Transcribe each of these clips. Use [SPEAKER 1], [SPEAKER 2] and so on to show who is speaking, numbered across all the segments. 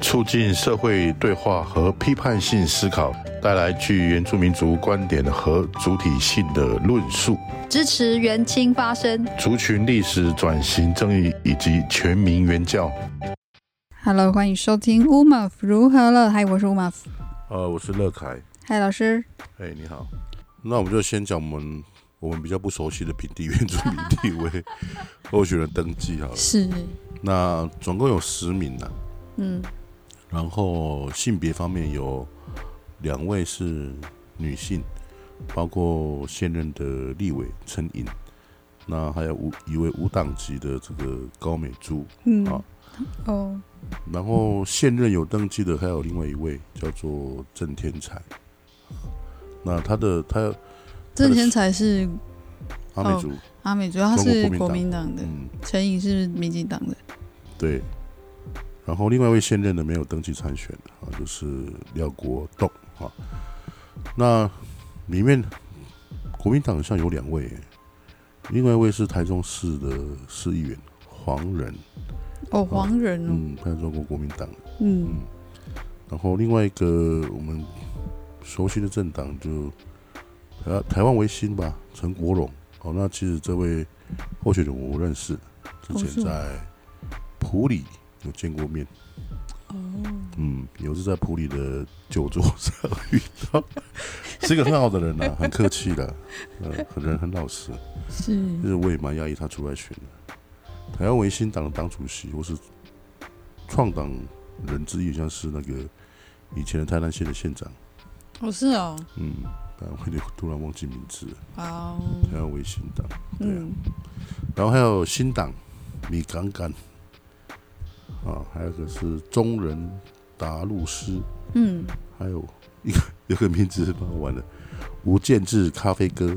[SPEAKER 1] 促进社会对话和批判性思考，带来具原住民族观点和主体性的论述，
[SPEAKER 2] 支持原青发声。
[SPEAKER 1] 族群历史转型正义以及全民原教。
[SPEAKER 2] Hello，欢迎收听《乌马夫如何了》。嗨，我是乌马夫。
[SPEAKER 1] 呃，我是乐凯。
[SPEAKER 2] 嗨，老师。
[SPEAKER 1] 哎、你好。那我们就先讲我们我们比较不熟悉的平地原住民地 位候选人登记好了。
[SPEAKER 2] 是，
[SPEAKER 1] 那总共有十名啊呢、
[SPEAKER 2] 嗯，
[SPEAKER 1] 然后性别方面有两位是女性，包括现任的立委陈颖，那还有五一位无党籍的这个高美珠，
[SPEAKER 2] 嗯
[SPEAKER 1] 好，
[SPEAKER 2] 哦，
[SPEAKER 1] 然后现任有登记的还有另外一位叫做郑天才，那他的他
[SPEAKER 3] 郑天才是
[SPEAKER 1] 阿美族，
[SPEAKER 3] 阿美，主要他是国民党的，
[SPEAKER 1] 嗯，
[SPEAKER 3] 陈颖是民进党的。
[SPEAKER 1] 对，然后另外一位现任的没有登记参选啊，就是廖国栋啊。那里面国民党好像有两位耶，另外一位是台中市的市议员黄仁，
[SPEAKER 3] 哦，黄人哦，
[SPEAKER 1] 嗯，他是中国国民党。
[SPEAKER 3] 嗯
[SPEAKER 1] 然后另外一个我们熟悉的政党就台台湾维新吧，陈国荣。哦，那其实这位候选人我认识，之
[SPEAKER 3] 哦是
[SPEAKER 1] 前
[SPEAKER 3] 吗
[SPEAKER 1] 在普里有见过面。
[SPEAKER 3] 哦，
[SPEAKER 1] 嗯，有次在普里的酒桌上遇到，是一个很好的人呐、很客气的，呃，很人很老实。
[SPEAKER 3] 是
[SPEAKER 1] 就是我也蛮讶异他出来选的。台湾维新党的党主席或是创党人之一，像是那个以前的台南县的县长，
[SPEAKER 3] 哦是哦，
[SPEAKER 1] 嗯，但我有点突然忘记名字了，
[SPEAKER 3] 好，
[SPEAKER 1] 台湾维新党。对啊
[SPEAKER 3] 嗯，
[SPEAKER 1] 然后还有新党米港港，啊，还有一个是中人达鲁斯。
[SPEAKER 3] 嗯，
[SPEAKER 1] 还有一个 有个名字蛮好玩的，吴建志咖啡哥，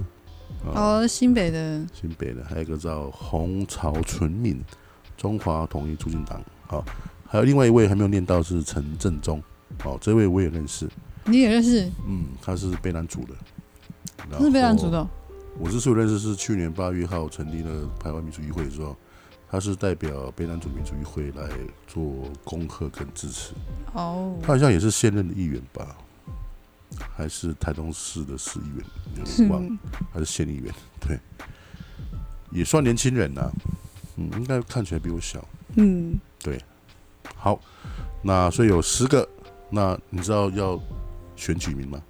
[SPEAKER 1] 啊，
[SPEAKER 3] 哦，新北的，
[SPEAKER 1] 新北的，还有一个叫洪朝纯敏，中华统一促进党，啊，还有另外一位还没有念到是陈正宗，哦，这位我也认识，
[SPEAKER 3] 你也认识？
[SPEAKER 1] 嗯，他是北南组的，
[SPEAKER 3] 他是被南主
[SPEAKER 1] 然后
[SPEAKER 3] 的哦，
[SPEAKER 1] 我之所以认识，是去年八月一号成立了台湾民主议会之后，他是代表北南主民主议会来做恭贺跟支持。他
[SPEAKER 3] 哦，
[SPEAKER 1] 好像也是现任的议员吧，还是台东市的市议员，有
[SPEAKER 3] 是
[SPEAKER 1] 点忘了，还是县议员，对，也算年轻人呐、嗯，应该看起来比我小。
[SPEAKER 3] 嗯，
[SPEAKER 1] 好，那所以有十个，那你知道要选几名吗？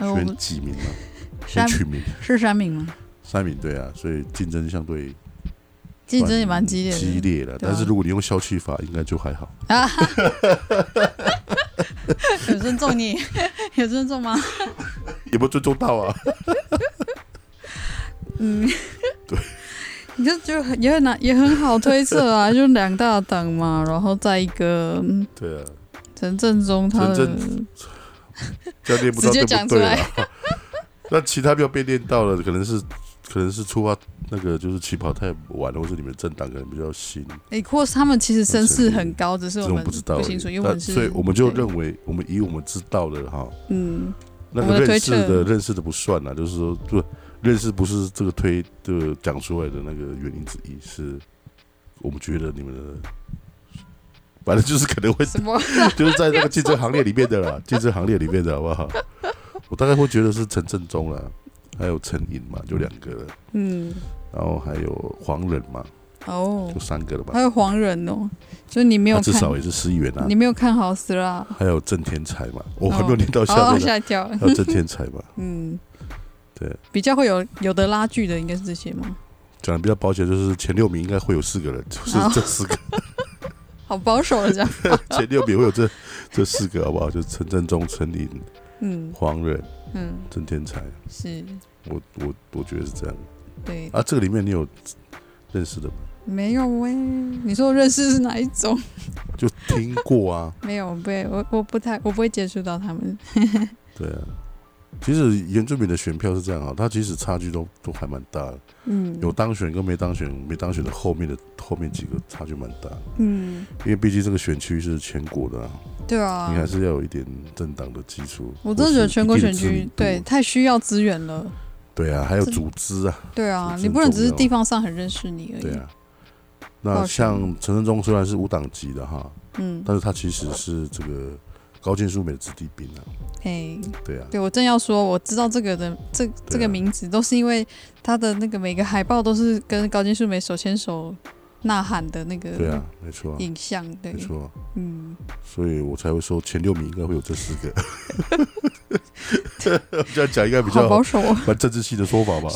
[SPEAKER 3] 呃，我
[SPEAKER 1] 选
[SPEAKER 3] 们
[SPEAKER 1] 几名吗？选
[SPEAKER 3] 山
[SPEAKER 1] 取名，
[SPEAKER 3] 是山民吗？
[SPEAKER 1] 三名对啊，所以竞争相对
[SPEAKER 3] 竞争也蛮激烈的，
[SPEAKER 1] 激烈的，
[SPEAKER 3] 对啊
[SPEAKER 1] 但是如果你用消气法，应该就还好。
[SPEAKER 3] 啊，有尊重你， 有尊重 吗？
[SPEAKER 1] 有没有尊重到啊？
[SPEAKER 3] 嗯， 你就就很也很难，也很好推测啊，就两大党嘛，然后再一个嗯
[SPEAKER 1] 对啊，
[SPEAKER 3] 陈振中他的
[SPEAKER 1] 陈，教练不知
[SPEAKER 3] 嗯直
[SPEAKER 1] 道对
[SPEAKER 3] 接
[SPEAKER 1] 不
[SPEAKER 3] 讲
[SPEAKER 1] 对了。 那其他没有被练到的，可能是可能是出发那个就是起跑太晚了，或是你们政党可能比较新，
[SPEAKER 3] 哎，或是他们其实身世很高，只是
[SPEAKER 1] 这
[SPEAKER 3] 我
[SPEAKER 1] 种
[SPEAKER 3] 们
[SPEAKER 1] 不知道而已。
[SPEAKER 3] 不清楚，因为我们
[SPEAKER 1] 那
[SPEAKER 3] 是，
[SPEAKER 1] 所以我们就
[SPEAKER 3] 对
[SPEAKER 1] 认为，我们以我们知道的哈，
[SPEAKER 3] 嗯，
[SPEAKER 1] 那
[SPEAKER 3] 我
[SPEAKER 1] 个
[SPEAKER 3] 们的
[SPEAKER 1] 认
[SPEAKER 3] 推
[SPEAKER 1] 识
[SPEAKER 3] 测
[SPEAKER 1] 的认识的不算啦，就是说，就认识不是这个推的讲出来的那个原因之一，是我们觉得你们的，反正就是可能会
[SPEAKER 3] 什么？
[SPEAKER 1] 就是在那个竞争行列里面的啦， 竞争行列里面的好不好？我大概会觉得是陈正中啦，还有陈颖嘛，就两个，
[SPEAKER 3] 嗯，
[SPEAKER 1] 然后还有黄仁嘛，
[SPEAKER 3] 哦
[SPEAKER 1] 就，三个了吧
[SPEAKER 3] 还。有黄人哦，就你没有
[SPEAKER 1] 他
[SPEAKER 3] 看
[SPEAKER 1] 至，少也是市议员啊
[SPEAKER 3] 你，没有看好死啦，
[SPEAKER 1] 还有郑天才嘛，我
[SPEAKER 3] 哦
[SPEAKER 1] 还没有念到下
[SPEAKER 3] 哦，
[SPEAKER 1] 面呢，
[SPEAKER 3] 吓一跳，
[SPEAKER 1] 还有郑天才嘛，
[SPEAKER 3] 嗯，
[SPEAKER 1] 对，
[SPEAKER 3] 比较会有有的拉锯的应该是这些吗？
[SPEAKER 1] 讲的比较保险，就是前六名应该会有四 个人，就是
[SPEAKER 3] 哦
[SPEAKER 1] 这四个，
[SPEAKER 3] 好保守的这 样，
[SPEAKER 1] 前六名会有这这四个好不好？就是陈正中、陈颖、
[SPEAKER 3] 嗯
[SPEAKER 1] 黄仁、
[SPEAKER 3] 嗯，
[SPEAKER 1] 郑天才，
[SPEAKER 3] 是
[SPEAKER 1] 我我我觉得是这样
[SPEAKER 3] 对，
[SPEAKER 1] 啊。这个里面你有认识的吗？
[SPEAKER 3] 没有喂、你说我认识是哪一种？
[SPEAKER 1] 就听过啊。
[SPEAKER 3] 没有，我不会，我我不太，我不会接触到他们。
[SPEAKER 1] 对啊，其实原住民的选票是这样啊，他其实差距都都还蛮大的，
[SPEAKER 3] 嗯，
[SPEAKER 1] 有当选跟没当选，没当选的后面的后面几个差距蛮大的，
[SPEAKER 3] 嗯，
[SPEAKER 1] 因为毕竟这个选区是全国的、啊，
[SPEAKER 3] 对啊
[SPEAKER 1] 你，还是要有一点政党的基础。
[SPEAKER 3] 我真的觉得全国选
[SPEAKER 1] 或是一
[SPEAKER 3] 区
[SPEAKER 1] 定的知
[SPEAKER 3] 对
[SPEAKER 1] 名度
[SPEAKER 3] 太需要资源了，
[SPEAKER 1] 对啊，还有
[SPEAKER 3] 这
[SPEAKER 1] 组织啊，
[SPEAKER 3] 对啊，
[SPEAKER 1] 这
[SPEAKER 3] 你不能只是
[SPEAKER 1] 重要
[SPEAKER 3] 地方上很认识你而已，
[SPEAKER 1] 对啊。
[SPEAKER 3] 抱
[SPEAKER 1] 那
[SPEAKER 3] 歉
[SPEAKER 1] 像陈振中虽然是无党籍的哈，
[SPEAKER 3] 嗯，
[SPEAKER 1] 但是他其实是这个高建树美的子弟兵啊，
[SPEAKER 3] 嘿，
[SPEAKER 1] 对啊，
[SPEAKER 3] 对我正要说，我知道这个的这这个名字都是因为他的那个每个海报都是跟高金素梅手牵手呐喊的那
[SPEAKER 1] 对
[SPEAKER 3] 个
[SPEAKER 1] 啊，没错啊，
[SPEAKER 3] 影像，对
[SPEAKER 1] 没，错啊，
[SPEAKER 3] 嗯，
[SPEAKER 1] 所以我才会说前六名应该会有这四 个。这样讲应该比
[SPEAKER 3] 好
[SPEAKER 1] 较
[SPEAKER 3] 保守哦。
[SPEAKER 1] 蛮政治系的说法吧。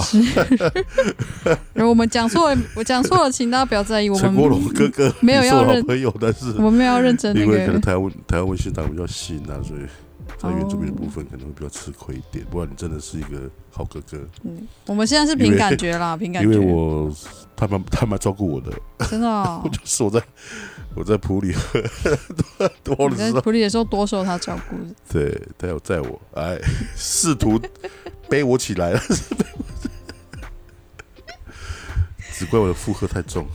[SPEAKER 3] 然后我们讲错了，我讲错了，请大家不要在意，我
[SPEAKER 1] 陈国
[SPEAKER 3] 们
[SPEAKER 1] 龙哥哥
[SPEAKER 3] 没有
[SPEAKER 1] 也是
[SPEAKER 3] 要
[SPEAKER 1] 我好
[SPEAKER 3] 认
[SPEAKER 1] 朋友，但是
[SPEAKER 3] 我们没有要认真那
[SPEAKER 1] 因为可能
[SPEAKER 3] 个，
[SPEAKER 1] 台湾台湾文学党比较新啊，所以在原住民的
[SPEAKER 3] 哦
[SPEAKER 1] 部分可能会比较吃亏一点。不然你真的是一个好哥哥，
[SPEAKER 3] 嗯，我们现在是凭感觉啦，凭感
[SPEAKER 1] 因为
[SPEAKER 3] 觉，
[SPEAKER 1] 我他蛮他蛮照顾我的，
[SPEAKER 3] 真的哦，
[SPEAKER 1] 就是我在我在普里 多
[SPEAKER 3] 你
[SPEAKER 1] 的
[SPEAKER 3] 在
[SPEAKER 1] 时候，
[SPEAKER 3] 普里的时候多受他照顾，
[SPEAKER 1] 对他有载我，哎，试图背我起来，但是背我只怪我的负荷太重。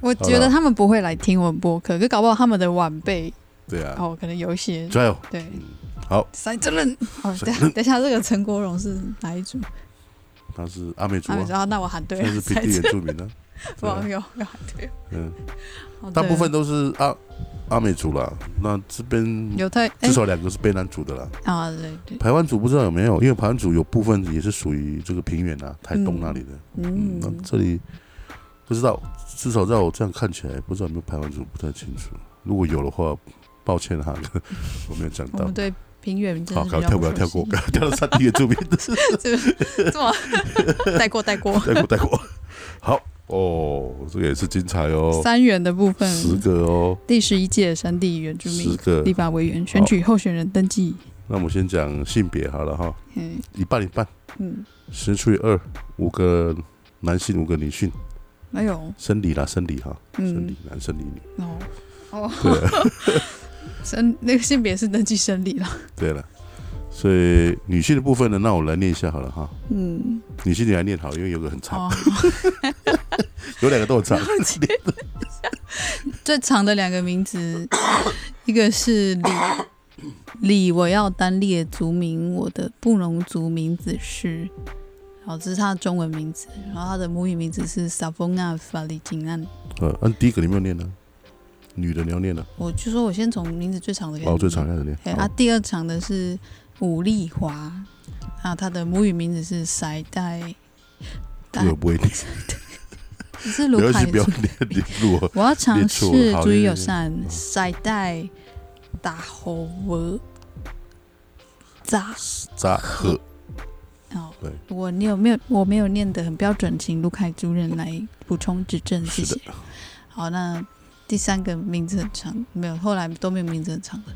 [SPEAKER 3] 我觉得他们不会来听我们播客，可搞不好他们的晚辈
[SPEAKER 1] 对啊，
[SPEAKER 3] 哦，可能有一些
[SPEAKER 1] 加油！
[SPEAKER 3] 对。
[SPEAKER 1] 嗯，好，
[SPEAKER 3] 塞真人，哦，
[SPEAKER 1] 塞
[SPEAKER 3] 等一下等一下，这个陈国荣是哪一组？
[SPEAKER 1] 他是阿美族
[SPEAKER 3] 啊，
[SPEAKER 1] 啊
[SPEAKER 3] 你知，道，那我喊对
[SPEAKER 1] 他
[SPEAKER 3] 了，
[SPEAKER 1] 是
[SPEAKER 3] 塞
[SPEAKER 1] 平地原
[SPEAKER 3] 真，
[SPEAKER 1] 住民呢。啊
[SPEAKER 3] 不好意思，有有喊对了。
[SPEAKER 1] 嗯，
[SPEAKER 3] 好
[SPEAKER 1] 大
[SPEAKER 3] 对
[SPEAKER 1] 部分都是阿阿美族啦，那这边
[SPEAKER 3] 犹太，哎
[SPEAKER 1] 至少两个嗯是卑南族的啦。
[SPEAKER 3] 啊，对对，
[SPEAKER 1] 台湾族不知道有没有，因为台湾族有部分也是属于这个平原啊，台东那里的。嗯，
[SPEAKER 3] 嗯
[SPEAKER 1] 那这里不知道，至少在我这样看起来，不知道有没有台湾族，不太清楚。如果有的话，抱歉哈， 我没有讲
[SPEAKER 3] 我
[SPEAKER 1] 到
[SPEAKER 3] 们。对平原真
[SPEAKER 1] 好，
[SPEAKER 3] 的
[SPEAKER 1] 赶
[SPEAKER 3] 比较
[SPEAKER 1] 快跳不要跳过，
[SPEAKER 3] 熟
[SPEAKER 1] 不要 跳到山地原住民，
[SPEAKER 3] 悉这个这么 带过带过。
[SPEAKER 1] 带过带过。好哦，这个也是精彩哦，
[SPEAKER 3] 三元的部分，
[SPEAKER 1] 十个哦，
[SPEAKER 3] 第十一届山地原住
[SPEAKER 1] 十
[SPEAKER 3] 民
[SPEAKER 1] 个
[SPEAKER 3] 立。法委员选举候选人登记，
[SPEAKER 1] 那我们先讲性别好了哈，
[SPEAKER 3] 嗯
[SPEAKER 1] 一半一半。
[SPEAKER 3] 嗯，
[SPEAKER 1] 十除以二，五个男性，五个女性，
[SPEAKER 3] 哎呦，
[SPEAKER 1] 生理啦，生理哈，生
[SPEAKER 3] 嗯
[SPEAKER 1] 理男，生理女。
[SPEAKER 3] 哦哦
[SPEAKER 1] 对，
[SPEAKER 3] 生那个性别是登记生理了，
[SPEAKER 1] 对了，所以女性的部分呢，那我来念一下好了哈。
[SPEAKER 3] 嗯
[SPEAKER 1] 女性你来念好，因为有个很长，
[SPEAKER 3] 哦，
[SPEAKER 1] 有两个都很 长。
[SPEAKER 3] 最长的两个名 字，一个是李李，我要单列族名，我的布农族名字是，然后这是他的中文名字，然后他的母语名字是萨丰纳法里金安。
[SPEAKER 1] 呃，按第一个你没有念呢，女的你要念呢，
[SPEAKER 3] 我就说我先从名字最长的开始
[SPEAKER 1] 哦，
[SPEAKER 3] 念，
[SPEAKER 1] 最长开始念
[SPEAKER 3] 嗯嘿。
[SPEAKER 1] 好
[SPEAKER 3] 啊，第二长的是武丽华，啊，他的母语名字是塞代，啊
[SPEAKER 1] 这个我不会念，
[SPEAKER 3] 你是卢
[SPEAKER 1] 没关
[SPEAKER 3] 凯
[SPEAKER 1] 系，不要
[SPEAKER 3] 族。
[SPEAKER 1] 念， 你录我
[SPEAKER 3] 我要尝
[SPEAKER 1] 列
[SPEAKER 3] 试
[SPEAKER 1] 出好
[SPEAKER 3] 注意
[SPEAKER 1] 列
[SPEAKER 3] 友善
[SPEAKER 1] 嗯，
[SPEAKER 3] 塞代打猴文扎
[SPEAKER 1] 扎赫。
[SPEAKER 3] 哦
[SPEAKER 1] 对。
[SPEAKER 3] 如果你有没有我没有念得很标准，请卢凯主任来补充指正，嗯谢
[SPEAKER 1] 是
[SPEAKER 3] 谢。好，那第三个名字很长，没有，后来都没有名字很长的。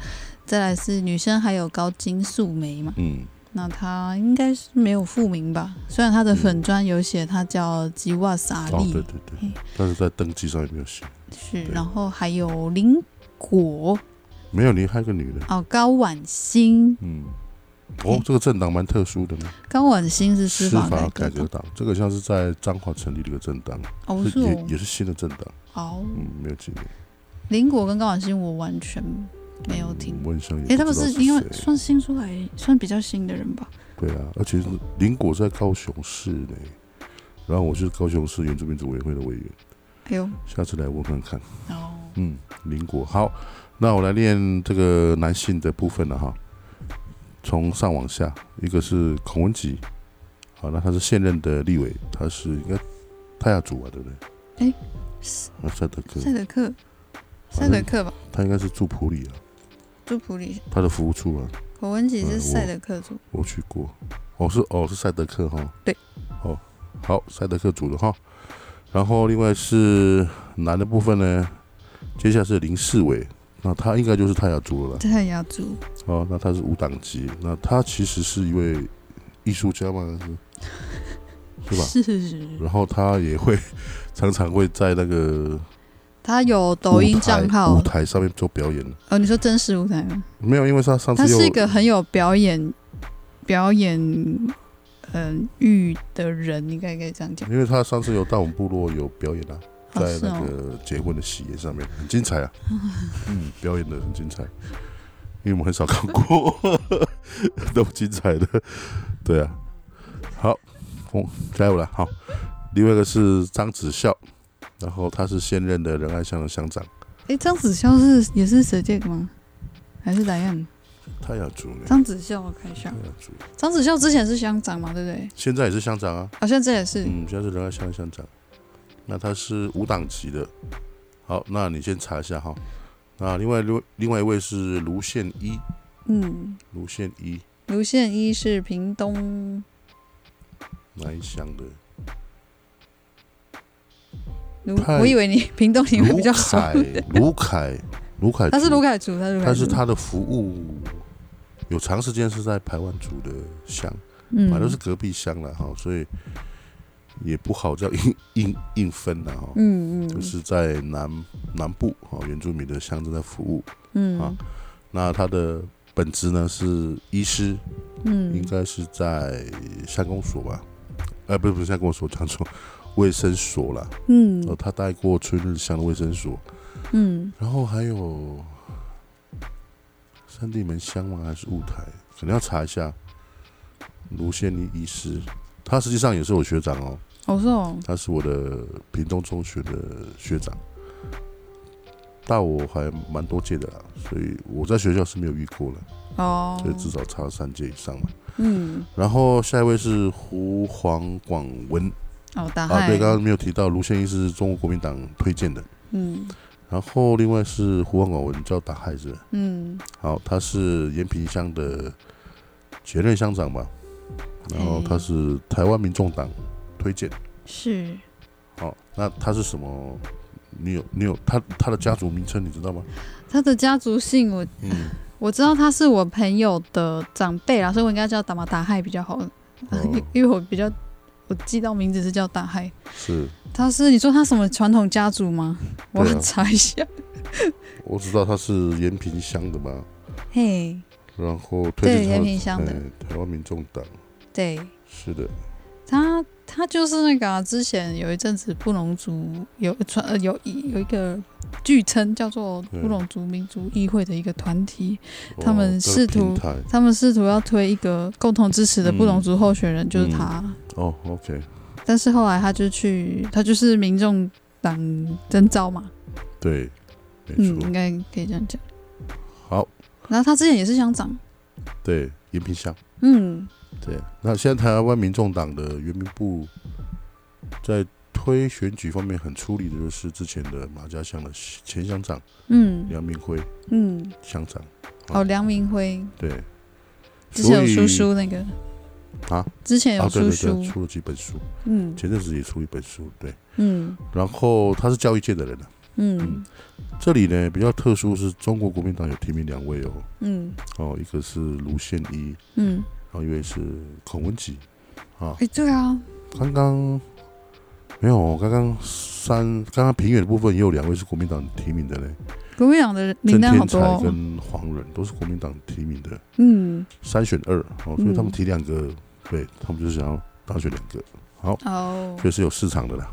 [SPEAKER 3] 再来是女生，还有高金素梅嘛，
[SPEAKER 1] 嗯，
[SPEAKER 3] 那她应该是没有复名吧？虽然她的粉砖有写她叫吉瓦萨
[SPEAKER 1] 哦，
[SPEAKER 3] 利，
[SPEAKER 1] 对对对
[SPEAKER 3] 啊嘿，
[SPEAKER 1] 但是在登记上也没有写，
[SPEAKER 3] 是，
[SPEAKER 1] 对
[SPEAKER 3] 然后还有林果
[SPEAKER 1] 没有，你还有个女的。
[SPEAKER 3] 哦，高婉欣，
[SPEAKER 1] 嗯，哦，这个政党蛮特殊的呢，
[SPEAKER 3] 高婉欣是司法
[SPEAKER 1] 法
[SPEAKER 3] 改
[SPEAKER 1] 改
[SPEAKER 3] 革
[SPEAKER 1] 革
[SPEAKER 3] 的
[SPEAKER 1] 党，这个像是在彰化成立的一个政党。
[SPEAKER 3] 哦，
[SPEAKER 1] 是
[SPEAKER 3] 是
[SPEAKER 1] 也
[SPEAKER 3] 哦，
[SPEAKER 1] 也是新的政党，
[SPEAKER 3] 哦，
[SPEAKER 1] 嗯，没有几年，
[SPEAKER 3] 林果跟高婉欣我完全没有听
[SPEAKER 1] 嗯我很像也
[SPEAKER 3] 诶，他
[SPEAKER 1] 不
[SPEAKER 3] 们
[SPEAKER 1] 知道
[SPEAKER 3] 是
[SPEAKER 1] 是
[SPEAKER 3] 因为
[SPEAKER 1] 谁
[SPEAKER 3] 算新出来，算比较新的人吧？
[SPEAKER 1] 对啊，而且是林果在高雄市呢，然后我是高雄市原住民族委员会的委员，
[SPEAKER 3] 哎呦，
[SPEAKER 1] 下次来问看看，
[SPEAKER 3] 哦，
[SPEAKER 1] 嗯，林果好，那我来念这个男性的部分了哈，从上往下，一个是孔文吉，好，那他是现任的立委，他是应该泰雅族啊，对不对？
[SPEAKER 3] 塞
[SPEAKER 1] 啊，赛德克，
[SPEAKER 3] 德克，塞
[SPEAKER 1] 反
[SPEAKER 3] 德
[SPEAKER 1] 正
[SPEAKER 3] 克吧，
[SPEAKER 1] 他应该是住普里啊，
[SPEAKER 3] 朱普里，
[SPEAKER 1] 他的服务处啊，
[SPEAKER 3] 口文吉
[SPEAKER 1] 哎
[SPEAKER 3] 是
[SPEAKER 1] 我
[SPEAKER 3] 塞德克族，
[SPEAKER 1] 我去过，哦是哦是赛德克哈，
[SPEAKER 3] 对，
[SPEAKER 1] 哦好赛德克组的哈，然后另外是男的部分呢，接下来是林世伟，那他应该就是泰雅族了啦，
[SPEAKER 3] 泰雅族，
[SPEAKER 1] 哦那他是无党籍，那他其实是一位艺术家嘛，
[SPEAKER 3] 嗯
[SPEAKER 1] 是是吧？
[SPEAKER 3] 是，
[SPEAKER 1] 然后他也会 常常会在那个
[SPEAKER 3] 他有抖音
[SPEAKER 1] 舞台
[SPEAKER 3] 账号
[SPEAKER 1] 舞，台上面做表演，
[SPEAKER 3] 哦，你说真实舞台吗？
[SPEAKER 1] 没有，因为他上
[SPEAKER 3] 他
[SPEAKER 1] 次又
[SPEAKER 3] 是一个很有表演表演嗯欲的人，应该可以这样讲。
[SPEAKER 1] 因为他上次有到我们部落有表演啊，
[SPEAKER 3] 哦
[SPEAKER 1] 在
[SPEAKER 3] 是
[SPEAKER 1] 那
[SPEAKER 3] 哦，
[SPEAKER 1] 个结婚的喜宴上面，很精 彩啊，嗯，表演的很精彩，因为我们很少看过 那么精彩的，对啊，好，哦，加油了，好，另外一个是张子孝，然后他是现任的仁爱乡的乡长，
[SPEAKER 3] 哎，张子骁是也是蛇界吗？还是 Diane？
[SPEAKER 1] 他要主呢，
[SPEAKER 3] 张子骁，我看一下
[SPEAKER 1] 他，要主，
[SPEAKER 3] 张子骁之前是乡长嘛，对不对？
[SPEAKER 1] 现在也是乡长啊，
[SPEAKER 3] 好像这也是，
[SPEAKER 1] 嗯，现在是仁爱乡的乡长，那他是无党籍的，好，那你先查一下哈，那另外另另外一位是卢宪一，
[SPEAKER 3] 嗯，
[SPEAKER 1] 卢宪一。
[SPEAKER 3] 卢宪一是屏东
[SPEAKER 1] 哪一乡的？
[SPEAKER 3] 卢，
[SPEAKER 1] 派
[SPEAKER 3] 我以为你 屏东你会比较熟，
[SPEAKER 1] 凯，卢凯，卢凯 族，
[SPEAKER 3] 他是卢凯族，他是卢凯
[SPEAKER 1] 但是
[SPEAKER 3] 族，
[SPEAKER 1] 他的服务有长时间是在排湾族的乡，
[SPEAKER 3] 嗯，
[SPEAKER 1] 反正是隔壁乡了哈，所以也不好叫 硬硬硬分了哈。
[SPEAKER 3] 嗯嗯，
[SPEAKER 1] 就是在南南部哈原住民的乡镇在服务，啊
[SPEAKER 3] 嗯
[SPEAKER 1] 那他的本职呢是医师，应
[SPEAKER 3] 嗯
[SPEAKER 1] 该是在乡公所吧？呃，不是不是乡公所，讲错，卫生所啦。呃，
[SPEAKER 3] 嗯
[SPEAKER 1] 他待过春日乡的卫生所，
[SPEAKER 3] 嗯，
[SPEAKER 1] 然后还有三地门乡吗？还是雾台？可能要查一下卢宪利医师，他实际上也是我学长哦，
[SPEAKER 3] 我说哦，
[SPEAKER 1] 他是我的屏东中学的学长，大我还蛮多届的啦，所以我在学校是没有遇过了，
[SPEAKER 3] 哦
[SPEAKER 1] 所以至少差了三届以上嘛。
[SPEAKER 3] 嗯，
[SPEAKER 1] 然后下一位是胡黄广文
[SPEAKER 3] 哦，大
[SPEAKER 1] 啊，
[SPEAKER 3] 汉，
[SPEAKER 1] 对，刚刚没有提到卢宪义是中国国民党推荐的，
[SPEAKER 3] 嗯
[SPEAKER 1] 然后另外是胡黄广文叫打亥子。
[SPEAKER 3] 嗯，
[SPEAKER 1] 好，他是延平乡的前任乡长吧，然后他是台湾民众党推荐。
[SPEAKER 3] 是
[SPEAKER 1] 好，那他是什么？你有你有他他的家族名称你知道吗？
[SPEAKER 3] 他的家族姓，我
[SPEAKER 1] 嗯，
[SPEAKER 3] 我知道他是我朋友的长辈啦，所以我应该叫达马达亥比较好，
[SPEAKER 1] 哦
[SPEAKER 3] 因、 因为我比较我记到名字是叫达亥，
[SPEAKER 1] 是
[SPEAKER 3] 他是你说他什么传统家族吗？我
[SPEAKER 1] 对啊
[SPEAKER 3] 要查一下，
[SPEAKER 1] 我只知道他是延平乡的嘛，
[SPEAKER 3] 嘿，
[SPEAKER 1] 然后推
[SPEAKER 3] 对，
[SPEAKER 1] 荐他
[SPEAKER 3] 延
[SPEAKER 1] 的
[SPEAKER 3] 平乡的，
[SPEAKER 1] 哎台湾民众党，
[SPEAKER 3] 对
[SPEAKER 1] 是的，
[SPEAKER 3] 他。他就是那个啊、之前有一阵子布农族有传呃有一有一个据称叫做
[SPEAKER 1] 对
[SPEAKER 3] 布农族民族议会的一个团体，
[SPEAKER 1] 哦
[SPEAKER 3] 他们
[SPEAKER 1] 这个
[SPEAKER 3] 试图
[SPEAKER 1] 平台
[SPEAKER 3] 他们试图要推一个共同支持的布隆族
[SPEAKER 1] 嗯
[SPEAKER 3] 候选人，就是他。
[SPEAKER 1] 哦，OK，
[SPEAKER 3] 但是后来他就去，他就是民众党征召嘛，
[SPEAKER 1] 对，没
[SPEAKER 3] 嗯，
[SPEAKER 1] 错，
[SPEAKER 3] 应该可以这样讲。
[SPEAKER 1] 好，
[SPEAKER 3] 然后他之前也是乡长，
[SPEAKER 1] 对，延平乡。
[SPEAKER 3] 嗯，
[SPEAKER 1] 对，那现在台湾民众党的原民部在推选举方面很出力的，就是之前的马家乡的前乡长
[SPEAKER 3] 嗯
[SPEAKER 1] 梁明辉
[SPEAKER 3] 嗯，
[SPEAKER 1] 乡长。
[SPEAKER 3] 哦，梁明辉
[SPEAKER 1] 对，
[SPEAKER 3] 之前有
[SPEAKER 1] 所
[SPEAKER 3] 叔
[SPEAKER 1] 以
[SPEAKER 3] 叔那个
[SPEAKER 1] 啊，
[SPEAKER 3] 之前有
[SPEAKER 1] 啊，
[SPEAKER 3] 叔
[SPEAKER 1] 对对
[SPEAKER 3] 叔
[SPEAKER 1] 对，，出了几本书，
[SPEAKER 3] 嗯
[SPEAKER 1] 前阵子也出一本书，对。
[SPEAKER 3] 嗯
[SPEAKER 1] 然后他是教育界的人了、
[SPEAKER 3] 嗯
[SPEAKER 1] 这里呢比较特殊是中国国民党有提名两位哦，
[SPEAKER 3] 嗯
[SPEAKER 1] 哦，一个是卢宪一，
[SPEAKER 3] 嗯，
[SPEAKER 1] 然后一位是孔文己。啊，
[SPEAKER 3] 哎，对啊，
[SPEAKER 1] 刚刚没有，刚刚三刚刚平远的部分也有两位是国民党提名的嘞。
[SPEAKER 3] 国民党的名
[SPEAKER 1] 郑
[SPEAKER 3] 单好
[SPEAKER 1] 天
[SPEAKER 3] 多
[SPEAKER 1] 才
[SPEAKER 3] 哦，
[SPEAKER 1] 跟黄仁都是国民党提名的，
[SPEAKER 3] 嗯
[SPEAKER 1] 三选二哦，所以
[SPEAKER 3] 嗯
[SPEAKER 1] 他们提两个，对他们就是想要当选两个，
[SPEAKER 3] 哦，
[SPEAKER 1] 所以是有市场的啦，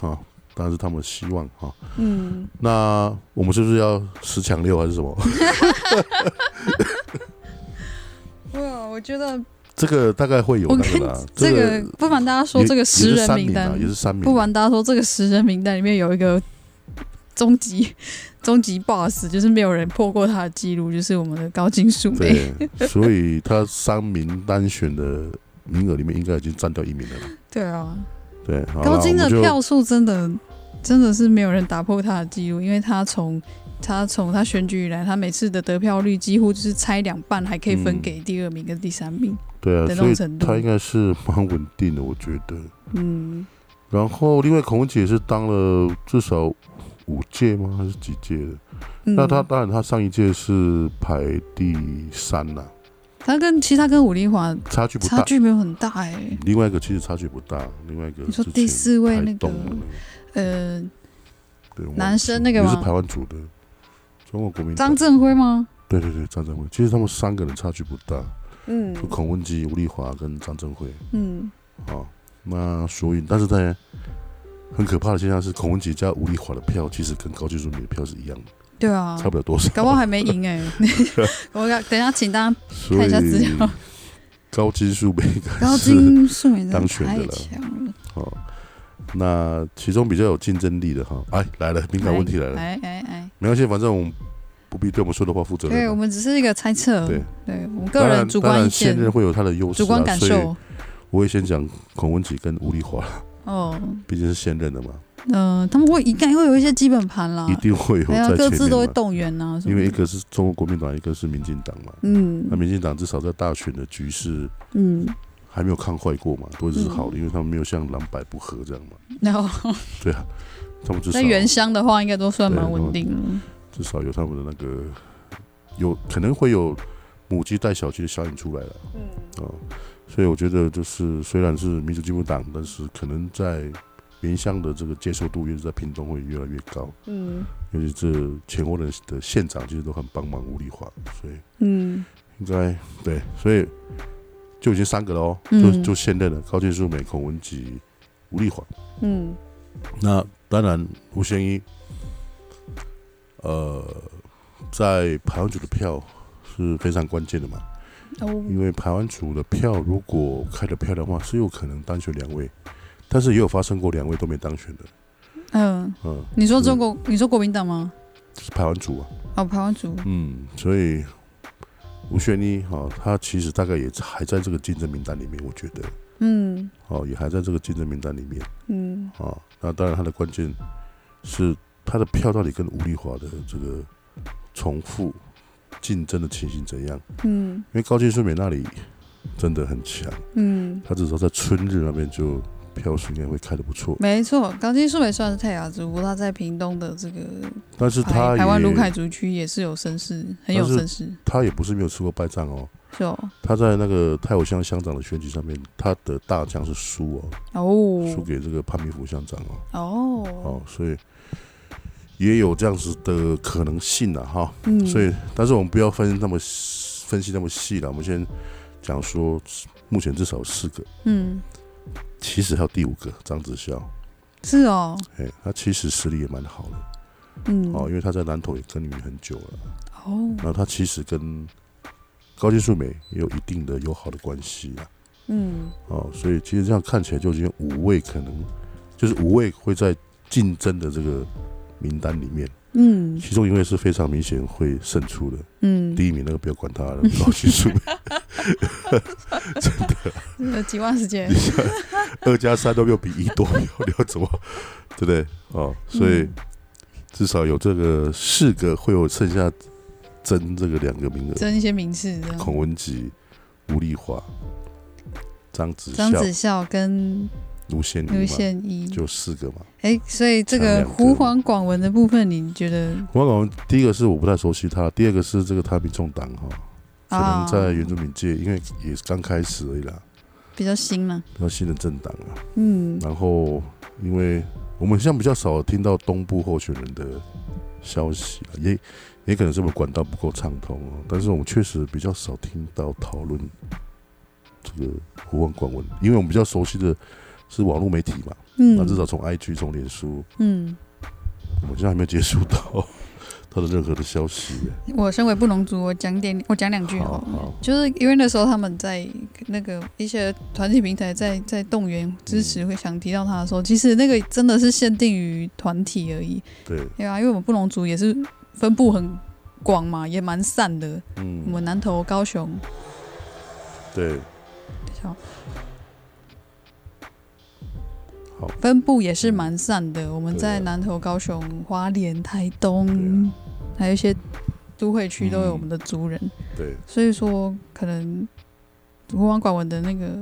[SPEAKER 1] 啊，当然是他们的希望啊。
[SPEAKER 3] 嗯，
[SPEAKER 1] 那我们是不是要十抢六还是什么？
[SPEAKER 3] 哇，我觉得
[SPEAKER 1] 这个大概会有
[SPEAKER 3] 我
[SPEAKER 1] 那
[SPEAKER 3] 跟
[SPEAKER 1] 个啦，
[SPEAKER 3] 这
[SPEAKER 1] 个
[SPEAKER 3] 个不瞒大家说，
[SPEAKER 1] 也
[SPEAKER 3] 这个十
[SPEAKER 1] 也是
[SPEAKER 3] 人
[SPEAKER 1] 三
[SPEAKER 3] 名
[SPEAKER 1] 啊
[SPEAKER 3] 单
[SPEAKER 1] 也是三名，
[SPEAKER 3] 不瞒大家说，这个十人名单里面有一个终极 终极 BOSS，就是没有人破过他的记录，就是我们的高金素梅。
[SPEAKER 1] 对，所以他三名单选的名额里面应该已经占掉一名了吧，
[SPEAKER 3] 对啊，
[SPEAKER 1] 对，好啦
[SPEAKER 3] 高金的
[SPEAKER 1] 我们就
[SPEAKER 3] 票数真的真的是没有人打破他的记录，因为他从他从他选举以来，他每次的得票率几乎就是拆两半，还可以分
[SPEAKER 1] 嗯
[SPEAKER 3] 给第二名跟第三名。
[SPEAKER 1] 对啊
[SPEAKER 3] 的，那
[SPEAKER 1] 所
[SPEAKER 3] 种
[SPEAKER 1] 以
[SPEAKER 3] 程度
[SPEAKER 1] 他应该是蛮稳定的，我觉得。
[SPEAKER 3] 嗯，
[SPEAKER 1] 然后，另外孔文姐是当了至少五届吗？还是几届的？
[SPEAKER 3] 嗯
[SPEAKER 1] 那她当然，她上一届是排第三啦，
[SPEAKER 3] 他跟其实他跟武丽华
[SPEAKER 1] 差距不
[SPEAKER 3] 差
[SPEAKER 1] 大。
[SPEAKER 3] 距没有很大哎、
[SPEAKER 1] 另外一个其实差距不大，另外一个
[SPEAKER 3] 你说
[SPEAKER 1] 之前
[SPEAKER 3] 第四位
[SPEAKER 1] 台
[SPEAKER 3] 那个
[SPEAKER 1] 东的那个
[SPEAKER 3] 呃，
[SPEAKER 1] 对我忘
[SPEAKER 3] 男生那
[SPEAKER 1] 记
[SPEAKER 3] 个
[SPEAKER 1] 了也是
[SPEAKER 3] 吗
[SPEAKER 1] 台？湾组的中国国民党
[SPEAKER 3] 张振辉吗？
[SPEAKER 1] 对对对张振辉，其实他们三个人差距不大，
[SPEAKER 3] 嗯
[SPEAKER 1] 就孔文基、吴丽华跟张振辉
[SPEAKER 3] 嗯
[SPEAKER 1] 啊。那所以，但是在很可怕的现象是，孔文杰加吴丽华的票其实跟高技术民的票是一样的，
[SPEAKER 3] 对啊，
[SPEAKER 1] 差不了多少。
[SPEAKER 3] 搞不好还没赢哎、 我要等一下请大家
[SPEAKER 1] 所
[SPEAKER 3] 看一下资
[SPEAKER 1] 以
[SPEAKER 3] 料
[SPEAKER 1] 高金素被
[SPEAKER 3] 高
[SPEAKER 1] 是
[SPEAKER 3] 金素梅真
[SPEAKER 1] 当
[SPEAKER 3] 的
[SPEAKER 1] 选的
[SPEAKER 3] 太
[SPEAKER 1] 了
[SPEAKER 3] 强了，
[SPEAKER 1] 哦，那其中比较有竞争力的哈，哎来了，敏感问题来了，
[SPEAKER 3] 哎哎哎，
[SPEAKER 1] 没关系，反正我们不必对我们说的话负责
[SPEAKER 3] 对
[SPEAKER 1] 任
[SPEAKER 3] 我
[SPEAKER 1] 嘛。
[SPEAKER 3] 们只是一个猜测，
[SPEAKER 1] 对，
[SPEAKER 3] 对我们
[SPEAKER 1] 当
[SPEAKER 3] 个
[SPEAKER 1] 然，
[SPEAKER 3] 人主观
[SPEAKER 1] 当
[SPEAKER 3] 意
[SPEAKER 1] 然现
[SPEAKER 3] 见、
[SPEAKER 1] 任会有他的优势、啊，
[SPEAKER 3] 主观感
[SPEAKER 1] 所以
[SPEAKER 3] 受。
[SPEAKER 1] 我会先讲孔文琪跟吴丽华，
[SPEAKER 3] 哦，
[SPEAKER 1] 毕竟是现任的嘛，
[SPEAKER 3] 嗯、他们会应该会有一些基本盘啦
[SPEAKER 1] 一，定会有
[SPEAKER 3] 还啊有
[SPEAKER 1] 在
[SPEAKER 3] 各
[SPEAKER 1] 前
[SPEAKER 3] 自都会
[SPEAKER 1] 面嘛。
[SPEAKER 3] 动员呐、啊，什么
[SPEAKER 1] 因
[SPEAKER 3] 的
[SPEAKER 1] 为一个是中国国民党，一个是民进党嘛。那
[SPEAKER 3] 嗯
[SPEAKER 1] 民进党至少在大选的局势
[SPEAKER 3] 嗯，
[SPEAKER 1] 还没有看坏过嘛，都是
[SPEAKER 3] 嗯
[SPEAKER 1] 好的，因为他们没有像蓝白不合这样嘛。
[SPEAKER 3] 然后
[SPEAKER 1] 对啊，他们至少
[SPEAKER 3] 在原乡的话，应该都算蛮稳定的。
[SPEAKER 1] 至少有他们的那个有可能会有母鸡带小鸡的效应出来了。嗯，哦，所以我觉得就是虽然是民主进步党，但是可能在原乡的这个接受度，也是在屏东会越来越高。
[SPEAKER 3] 嗯
[SPEAKER 1] 尤其这前后的的县长其实都很帮忙吴丽华，所以
[SPEAKER 3] 嗯
[SPEAKER 1] 应该对，所以就已经三个了哦，就
[SPEAKER 3] 嗯
[SPEAKER 1] 就现任的高建树、美、孔文吉、吴丽华。
[SPEAKER 3] 嗯
[SPEAKER 1] 那当然，吴先一，呃，在排湾组的票是非常关键的嘛，
[SPEAKER 3] 哦
[SPEAKER 1] 因为排湾组的票如果开得漂亮的话，是有可能当选两位，但是也有发生过两位都没当选的，
[SPEAKER 3] 嗯，
[SPEAKER 1] 嗯，
[SPEAKER 3] 你说中国，你说国民党吗？
[SPEAKER 1] 就是排湾组啊，
[SPEAKER 3] 哦，台湾族，
[SPEAKER 1] 嗯，所以吴宣一哈、他其实大概也还在这个竞争名单里面，我觉得，
[SPEAKER 3] 嗯
[SPEAKER 1] 哦，也还在这个竞争名单里面
[SPEAKER 3] 嗯
[SPEAKER 1] 啊、那当然，他的关键是他的票到底跟吴丽华的这个重复竞争的情形怎样？
[SPEAKER 3] 嗯
[SPEAKER 1] 因为高金素美那里真的很强，
[SPEAKER 3] 嗯，
[SPEAKER 1] 他至少在春日那边就票数应该会开得不错，
[SPEAKER 3] 没错，高金素梅算是泰雅族，不过她在屏东的这个
[SPEAKER 1] 但是他
[SPEAKER 3] 哎台台湾卢凯
[SPEAKER 1] 也
[SPEAKER 3] 族区也是有绅士，很有
[SPEAKER 1] 但是
[SPEAKER 3] 绅士，
[SPEAKER 1] 他也不是没有吃过败仗哦。
[SPEAKER 3] 是哦，
[SPEAKER 1] 他在那个泰武乡乡长的选举上面，他的大将是输哦，输
[SPEAKER 3] 哦
[SPEAKER 1] 给这个潘明福乡长哦，
[SPEAKER 3] 哦，
[SPEAKER 1] 哦，所以也有这样子的可能性了、哈。
[SPEAKER 3] 嗯，
[SPEAKER 1] 所以，但是我们不要分那么细分析那么细了，我们先讲说，目前至少有四个，
[SPEAKER 3] 嗯
[SPEAKER 1] 其实还有第五个张子骁，
[SPEAKER 3] 是哦，
[SPEAKER 1] 哎，他其实实力也蛮好的
[SPEAKER 3] 嗯
[SPEAKER 1] 哦，因为他在南投也耕耘很久了，
[SPEAKER 3] 哦
[SPEAKER 1] 然后他其实跟高金素梅也有一定的友好的关系啦，
[SPEAKER 3] 嗯
[SPEAKER 1] 哦，所以其实这样看起来就已经有五位可能，就是五位会在竞争的这个名单里面，
[SPEAKER 3] 嗯
[SPEAKER 1] 其中一位是非常明显会胜 出的，
[SPEAKER 3] 嗯，
[SPEAKER 1] 第一名那个不要管他了，高金素梅。
[SPEAKER 3] 有呃几万时间
[SPEAKER 1] 你， 想二加三都没有比一多，你要你要怎么，对不对？哦，所以
[SPEAKER 3] 嗯
[SPEAKER 1] 至少有这个四个会有剩下争这个两个名额，
[SPEAKER 3] 争一些名次这样。
[SPEAKER 1] 孔文吉、吴丽华、张子
[SPEAKER 3] 张
[SPEAKER 1] 孝、
[SPEAKER 3] 子孝跟
[SPEAKER 1] 卢宪
[SPEAKER 3] 刘
[SPEAKER 1] 仪嘛，
[SPEAKER 3] 宪一，
[SPEAKER 1] 就四个嘛。
[SPEAKER 3] 哎、所以这
[SPEAKER 1] 抢
[SPEAKER 3] 个
[SPEAKER 1] 两个
[SPEAKER 3] 湖广广文的部分，你觉得
[SPEAKER 1] 我讲第一个是我不太熟悉他，第二个是这个他民众党哈，可能
[SPEAKER 3] 啊
[SPEAKER 1] 在原住民界，因为也是刚开始而已啦，
[SPEAKER 3] 比较新嘛？
[SPEAKER 1] 比较新的政党啊。
[SPEAKER 3] 嗯
[SPEAKER 1] 然后因为我们现在比较少听到东部候选人的消息了，也也可能是我们管道不够畅通哦。但是我们确实比较少听到讨论这个湖湾广文，因为我们比较熟悉的是网络媒体嘛，那至
[SPEAKER 3] 嗯
[SPEAKER 1] 少从 IG 从脸书，
[SPEAKER 3] 嗯，
[SPEAKER 1] 我现在还没有接触到他的任何的消息耶。
[SPEAKER 3] 我身为布农族，我讲点，我讲两句好
[SPEAKER 1] 好
[SPEAKER 3] 了。
[SPEAKER 1] 好，
[SPEAKER 3] 就是哦因为那时候他们在那个一些团体平台在在动员支持，会想提到他的时候，其实那个真的是限定于团体而已，
[SPEAKER 1] 对，
[SPEAKER 3] 对啊，因为我们布农族也是分布很广嘛，也蛮散的，我
[SPEAKER 1] 嗯，
[SPEAKER 3] 们南投、高雄，
[SPEAKER 1] 对，
[SPEAKER 3] 等一下哦
[SPEAKER 1] 好
[SPEAKER 3] 分布也是蛮散的。我们
[SPEAKER 1] 对啊
[SPEAKER 3] 在南投、高雄、花莲、台
[SPEAKER 1] 对
[SPEAKER 3] 东
[SPEAKER 1] 啊，
[SPEAKER 3] 还有一些都会区都有
[SPEAKER 1] 嗯
[SPEAKER 3] 我们的族人，
[SPEAKER 1] 对，
[SPEAKER 3] 所以说可能湖广管文的那个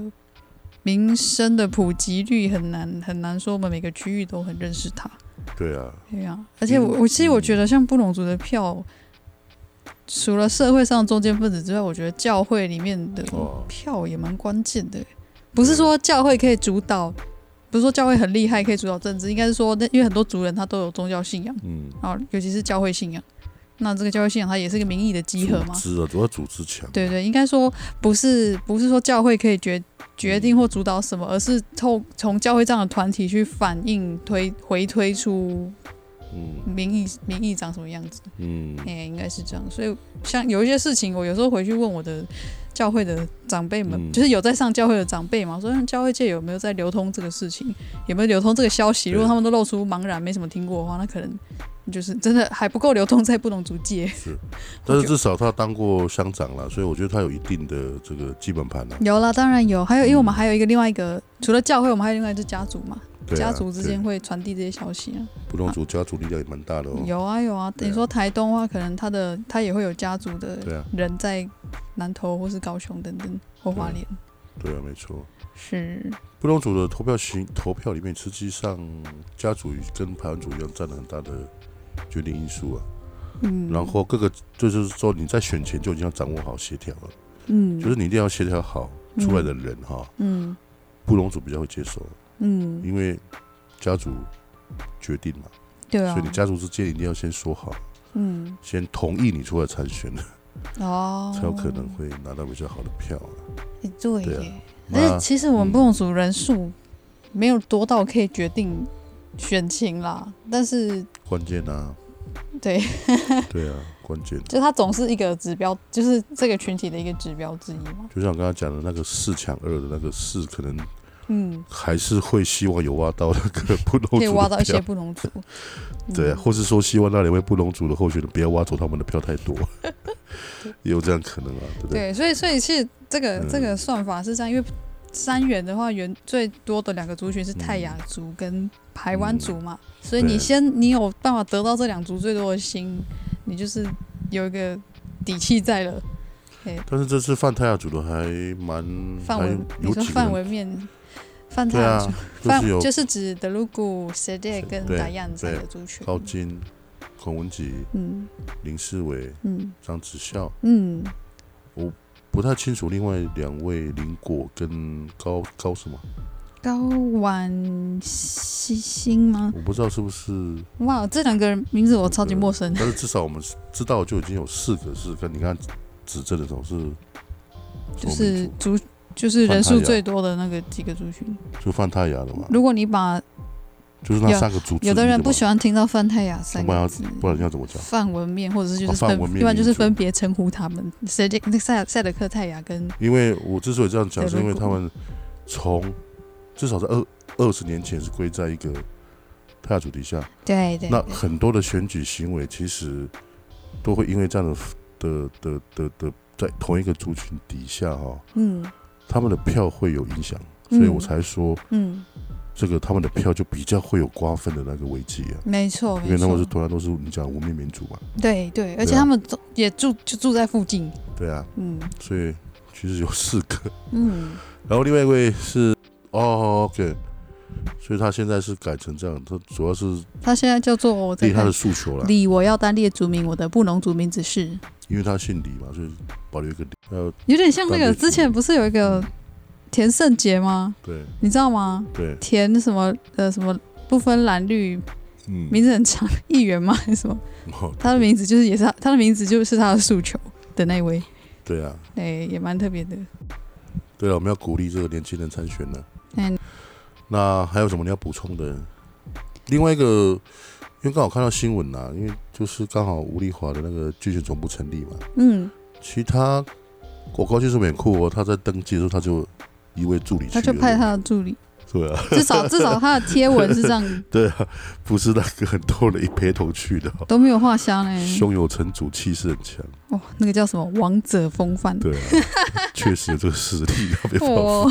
[SPEAKER 3] 民生的普及率很难很难说，我们每个区域都很认识它。
[SPEAKER 1] 对啊，
[SPEAKER 3] 对啊，而且我我其实我觉得像布隆族的票，除了社会上中间分子之外，我觉得教会里面的
[SPEAKER 1] 哦
[SPEAKER 3] 票也蛮关键的。不是说教会可以主导，不是说教会很厉害可以主导政治，应该是说那因为很多族人他都有宗教信仰
[SPEAKER 1] 嗯，
[SPEAKER 3] 啊，尤其是教会信仰，那这个教会信仰它也是个民意的集合嘛
[SPEAKER 1] 组。织啊，主要组织强。
[SPEAKER 3] 对对，应该说不是不是说教会可以决决定或主导什么，而是透从教会这样的团体去反映推回推出
[SPEAKER 1] 嗯
[SPEAKER 3] 民意民意长什么样子。
[SPEAKER 1] 嗯
[SPEAKER 3] 哎、应该是这样。所以像有一些事情，我有时候回去问我的教会的长辈们，
[SPEAKER 1] 嗯
[SPEAKER 3] 就是有在上教会的长辈嘛，我说嗯教会界有没有在流通这个事情，有没有流通这个消息？
[SPEAKER 1] 对
[SPEAKER 3] 如果他们都露出茫然，没什么听过的话，那可能就是真的还不够流通在不同族界。
[SPEAKER 1] 是，但是至少他当过乡长了，所以我觉得他有一定的这个基本盘啊。
[SPEAKER 3] 有啦，当然有。还有，因为我们还有一个另外一个，除了教会，我们还有另外一个家族嘛，
[SPEAKER 1] 对啊
[SPEAKER 3] 家族之间会传递这些消息啊。
[SPEAKER 1] 对不同族家族力量也蛮大的哦。
[SPEAKER 3] 有啊有啊，
[SPEAKER 1] 对啊
[SPEAKER 3] 你说台东的话，可能他的他也会有家族的
[SPEAKER 1] 对啊，
[SPEAKER 3] 人在南投或是高雄等等或花莲。
[SPEAKER 1] 对啊，没错。
[SPEAKER 3] 是，
[SPEAKER 1] 不同组的投票行投票里面，实际上家族跟排湾族一样占了很大的决定因素啊。
[SPEAKER 3] 嗯，
[SPEAKER 1] 然后各个这就是说你在选前就已经要掌握好协调了，
[SPEAKER 3] 嗯，
[SPEAKER 1] 就是你一定要协调好出来的人哈。
[SPEAKER 3] 嗯
[SPEAKER 1] 布隆族比较会接受，
[SPEAKER 3] 嗯，
[SPEAKER 1] 因为家族决定嘛，
[SPEAKER 3] 对啊
[SPEAKER 1] 所以你，家族之间一定要先说好，
[SPEAKER 3] 嗯
[SPEAKER 1] 先同意你出来参选，
[SPEAKER 3] 哦，
[SPEAKER 1] 才有可能会拿到比较好的票啊。
[SPEAKER 3] 诶哎对
[SPEAKER 1] 对啊
[SPEAKER 3] 耶。但
[SPEAKER 1] 那
[SPEAKER 3] 是其实我们
[SPEAKER 1] 嗯
[SPEAKER 3] 不同族人数没有多到可以决定选情啦，但是
[SPEAKER 1] 关键啊，
[SPEAKER 3] 对，
[SPEAKER 1] 对啊，关键
[SPEAKER 3] 就它总是一个指标，就是这个群体的一个指标之一嘛。
[SPEAKER 1] 就像我刚刚讲的那个四强二的那个四，可能
[SPEAKER 3] 嗯，
[SPEAKER 1] 还是会希望有挖到那个布隆族
[SPEAKER 3] 可以
[SPEAKER 1] 的
[SPEAKER 3] 挖到一些
[SPEAKER 1] 票，
[SPEAKER 3] 不同 族。
[SPEAKER 1] 对啊，
[SPEAKER 3] 嗯
[SPEAKER 1] 或是说希望那两位布隆族的候选人不要挖走他们的票太 多， 也有这样可能啊，对不对？
[SPEAKER 3] 对，所以所以是这个、
[SPEAKER 1] 嗯
[SPEAKER 3] 这个算法是这样，因为三元的话，原最多的两个族群是泰雅族跟排湾族嘛，所以你
[SPEAKER 1] 嗯对
[SPEAKER 3] 先你有办法得到这两族最多的心，你就是有一个底气在了。
[SPEAKER 1] 但是这次泛泰雅族的还蛮
[SPEAKER 3] 范
[SPEAKER 1] 嗯还
[SPEAKER 3] 围，你
[SPEAKER 1] 有
[SPEAKER 3] 说
[SPEAKER 1] 几个
[SPEAKER 3] 范
[SPEAKER 1] 人
[SPEAKER 3] 围面，泛泰
[SPEAKER 1] 对
[SPEAKER 3] 雅
[SPEAKER 1] 啊
[SPEAKER 3] 族，，
[SPEAKER 1] 就
[SPEAKER 3] 泛
[SPEAKER 1] 是有
[SPEAKER 3] 就是指德鲁古、蛇界跟
[SPEAKER 1] 对
[SPEAKER 3] 达样三
[SPEAKER 1] 对
[SPEAKER 3] 个族群。
[SPEAKER 1] 高金、孔文吉、
[SPEAKER 3] 嗯
[SPEAKER 1] 林世伟、
[SPEAKER 3] 嗯
[SPEAKER 1] 张子孝，
[SPEAKER 3] 嗯，
[SPEAKER 1] 不太清楚另外两位林果跟高高什么，
[SPEAKER 3] 高晚西星吗？
[SPEAKER 1] 我不知道是不是
[SPEAKER 3] 哇，这两个名字我超级
[SPEAKER 1] 对
[SPEAKER 3] 陌生。
[SPEAKER 1] 但是至少我们知道就已经有四个是跟你看指证的总是
[SPEAKER 3] 就
[SPEAKER 1] 说
[SPEAKER 3] 是
[SPEAKER 1] 民
[SPEAKER 3] 族就是
[SPEAKER 1] 泛
[SPEAKER 3] 人
[SPEAKER 1] 泰
[SPEAKER 3] 数
[SPEAKER 1] 雅
[SPEAKER 3] 最多的那个几个族群。
[SPEAKER 1] 族就泛泰雅的嘛，
[SPEAKER 3] 如果你把
[SPEAKER 1] 就是那三个族之一
[SPEAKER 3] 嗯有
[SPEAKER 1] 嘛
[SPEAKER 3] 的人不喜欢听到泛泰雅
[SPEAKER 1] 那
[SPEAKER 3] 三
[SPEAKER 1] 不然
[SPEAKER 3] 个
[SPEAKER 1] 要
[SPEAKER 3] 字，
[SPEAKER 1] 不然要怎么讲？
[SPEAKER 3] 泛文面或者是就
[SPEAKER 1] 哦
[SPEAKER 3] 是
[SPEAKER 1] 泛
[SPEAKER 3] 分
[SPEAKER 1] 文，面
[SPEAKER 3] 一般就是
[SPEAKER 1] 民族
[SPEAKER 3] 分别称呼他们。谁这那塞塞德克泰雅跟
[SPEAKER 1] 因为我之所以这样讲，
[SPEAKER 3] 对
[SPEAKER 1] 是因为
[SPEAKER 3] 如
[SPEAKER 1] 他
[SPEAKER 3] 果
[SPEAKER 1] 们从至少在二二十年前是归在一个泰雅族底下，
[SPEAKER 3] 对对
[SPEAKER 1] 那很多的选举行为其实都会因为这样的的的的的在同一个族群底下哈、
[SPEAKER 3] 嗯
[SPEAKER 1] 他们的票会有影响，所以
[SPEAKER 3] 嗯
[SPEAKER 1] 我才说。
[SPEAKER 3] 嗯，
[SPEAKER 1] 这个他们的票就比较会有瓜分的那个危机啊，
[SPEAKER 3] 没错
[SPEAKER 1] 因为
[SPEAKER 3] 没
[SPEAKER 1] 他
[SPEAKER 3] 错
[SPEAKER 1] 们是，同样都是你讲无面民族嘛，
[SPEAKER 3] 对对，而且
[SPEAKER 1] 对啊
[SPEAKER 3] 他们都也住就住在附近，
[SPEAKER 1] 对啊，
[SPEAKER 3] 嗯
[SPEAKER 1] 所以其实有四个，
[SPEAKER 3] 嗯
[SPEAKER 1] 然后另外一位是哦，OK，所以他现在是改成这样，他主要是
[SPEAKER 3] 他现在叫做我在
[SPEAKER 1] 立他
[SPEAKER 3] 看
[SPEAKER 1] 的诉求啦，
[SPEAKER 3] 李，我要单列族名，我的布农族名字是
[SPEAKER 1] 因为他姓李嘛，所以保留一个李，呃，
[SPEAKER 3] 有点像那
[SPEAKER 1] 单列
[SPEAKER 3] 个
[SPEAKER 1] 族名
[SPEAKER 3] 之前不是有一个田圣杰吗？
[SPEAKER 1] 对
[SPEAKER 3] 你知道吗？
[SPEAKER 1] 对，
[SPEAKER 3] 填什么呃什么不分蓝绿，
[SPEAKER 1] 嗯，
[SPEAKER 3] 名字很长，议员吗？ 还是什么？
[SPEAKER 1] 哦
[SPEAKER 3] 他的名字就是也是他，他的名字就是他的诉求的那一位，
[SPEAKER 1] 对啊，
[SPEAKER 3] 哎、也蛮特别的。
[SPEAKER 1] 对了，啊我们要鼓励这个年轻人参选呢。
[SPEAKER 3] 嗯，
[SPEAKER 1] 那还有什么你要补充的？另外一个，因为刚好看到新闻啦、因为就是刚好吴丽华的那个竞选总部成立嘛，
[SPEAKER 3] 嗯，
[SPEAKER 1] 其他我高技术很酷哦，他在登记的时候他就一位助理去
[SPEAKER 3] 他
[SPEAKER 1] 而已，
[SPEAKER 3] 就派他的助理，
[SPEAKER 1] 对啊，
[SPEAKER 3] 至少至少他的贴文是这样，
[SPEAKER 1] 对啊，不是那个很多人一陪同去的哦、
[SPEAKER 3] 都没有画瞎呢。
[SPEAKER 1] 胸有成竹，气势很强，
[SPEAKER 3] 哦，那个叫什么王者风范。
[SPEAKER 1] 对啊，确实有这个实力要被放。
[SPEAKER 3] 哦，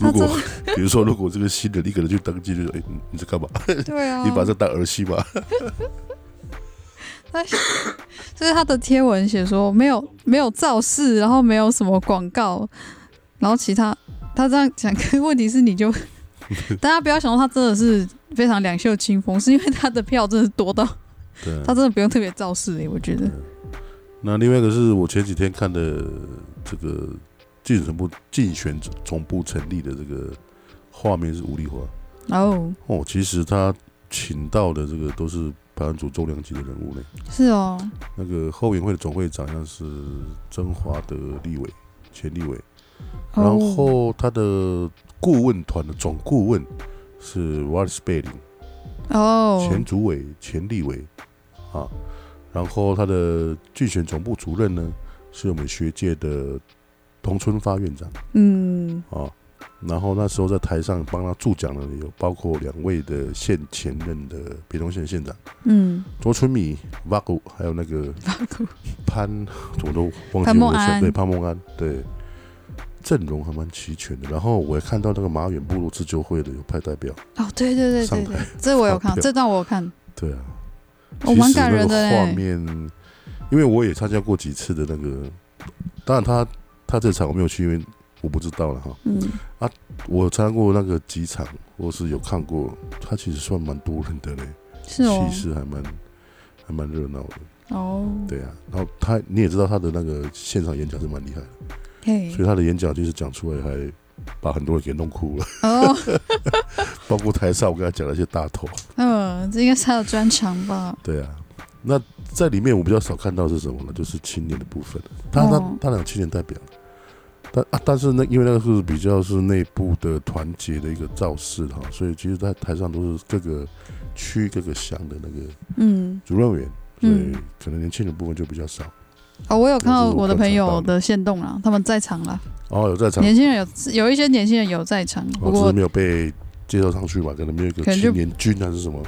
[SPEAKER 1] 如
[SPEAKER 3] 他真
[SPEAKER 1] 果 比如说，如果这个新人一个人去登记，就说：“哎、你你在干嘛？
[SPEAKER 3] 对啊，
[SPEAKER 1] 你把这当儿戏吧。
[SPEAKER 3] 就是他的贴文写说没有没有造势，然后没有什么广告，然后其他他这样讲， 可是问题是你 就大家不要想到他真的是非常两袖清风，是因为他的票真的多到
[SPEAKER 1] 对啊
[SPEAKER 3] 他真的不用特别造势诶、我觉得
[SPEAKER 1] 那另外一个是我前几天看的这个竞选总部竞选总部成立的这个画面是吴丽华
[SPEAKER 3] 哦
[SPEAKER 1] 哦，其实他请到的这个都是排湾族重量级的人物呢。
[SPEAKER 3] 是哦，
[SPEAKER 1] 那个后援会的总会长像是曾华的立委，前立委，然
[SPEAKER 3] 哦
[SPEAKER 1] 后他的顾问团的总顾问是 Wallace b a i l i n 前
[SPEAKER 3] 哦，
[SPEAKER 1] 主委、前立委啊，然后他的竞选总部主任呢，是我们学界的童春发院长
[SPEAKER 3] 嗯，
[SPEAKER 1] 啊。然后那时候在台上帮他助讲的有包括两位的县前任的北东县县长
[SPEAKER 3] 嗯，
[SPEAKER 1] 周春米、瓦古，还有那个潘，我都忘
[SPEAKER 3] 潘
[SPEAKER 1] 记
[SPEAKER 3] 孟
[SPEAKER 1] 我的
[SPEAKER 3] 安
[SPEAKER 1] 姓，对潘孟安，对，阵容还蛮齐全的。然后我也看到那个马远部落自救会的有派代表，
[SPEAKER 3] 哦，对对对对
[SPEAKER 1] 上
[SPEAKER 3] 对
[SPEAKER 1] 台，
[SPEAKER 3] 这我有看，
[SPEAKER 1] 发表
[SPEAKER 3] 这段我有看，
[SPEAKER 1] 对啊，
[SPEAKER 3] 哦，
[SPEAKER 1] 其
[SPEAKER 3] 蛮
[SPEAKER 1] 实
[SPEAKER 3] 感
[SPEAKER 1] 那
[SPEAKER 3] 人
[SPEAKER 1] 个
[SPEAKER 3] 的
[SPEAKER 1] 画
[SPEAKER 3] 嘞，
[SPEAKER 1] 面，因为我也参加过几次的那个，当然他他这场我没有去，因为我不知道了哈。
[SPEAKER 3] 嗯，
[SPEAKER 1] 我参加过那个几场，我是有看过，他其实算蛮多人的嘞，
[SPEAKER 3] 是哦
[SPEAKER 1] 气，势还蛮还蛮热闹的。
[SPEAKER 3] 哦，
[SPEAKER 1] 对啊，然后他你也知道他的那个现场演讲是蛮厉害的，
[SPEAKER 3] 嘿
[SPEAKER 1] 所，以他的演讲就是讲出来还把很多人给弄哭了，
[SPEAKER 3] 哦，
[SPEAKER 1] 包括台上我跟他讲了一些大头。
[SPEAKER 3] 嗯，这应该是他的专长吧？
[SPEAKER 1] 对啊，那在里面我比较少看到是什么呢？就是青年的部分，他
[SPEAKER 3] 哦
[SPEAKER 1] 他他两青年代表，但啊，但是那因为那个是比较是内部的团结的一个造势哈，所以其实，在台上都是各个区、各个乡的那个
[SPEAKER 3] 嗯，
[SPEAKER 1] 主任员，所
[SPEAKER 3] 嗯
[SPEAKER 1] 以可能年轻人部分就比较少。
[SPEAKER 3] 哦，我有看到我的朋
[SPEAKER 1] 我是
[SPEAKER 3] 友
[SPEAKER 1] 有看到
[SPEAKER 3] 的线动啦，他们在场啦，
[SPEAKER 1] 哦，有在场，
[SPEAKER 3] 年轻人有有一些年轻人有在场，
[SPEAKER 1] 哦
[SPEAKER 3] 不
[SPEAKER 1] 只是
[SPEAKER 3] 过
[SPEAKER 1] 没有被介绍上去吧，可能没有一个
[SPEAKER 3] 可能就
[SPEAKER 1] 青年军还是什么，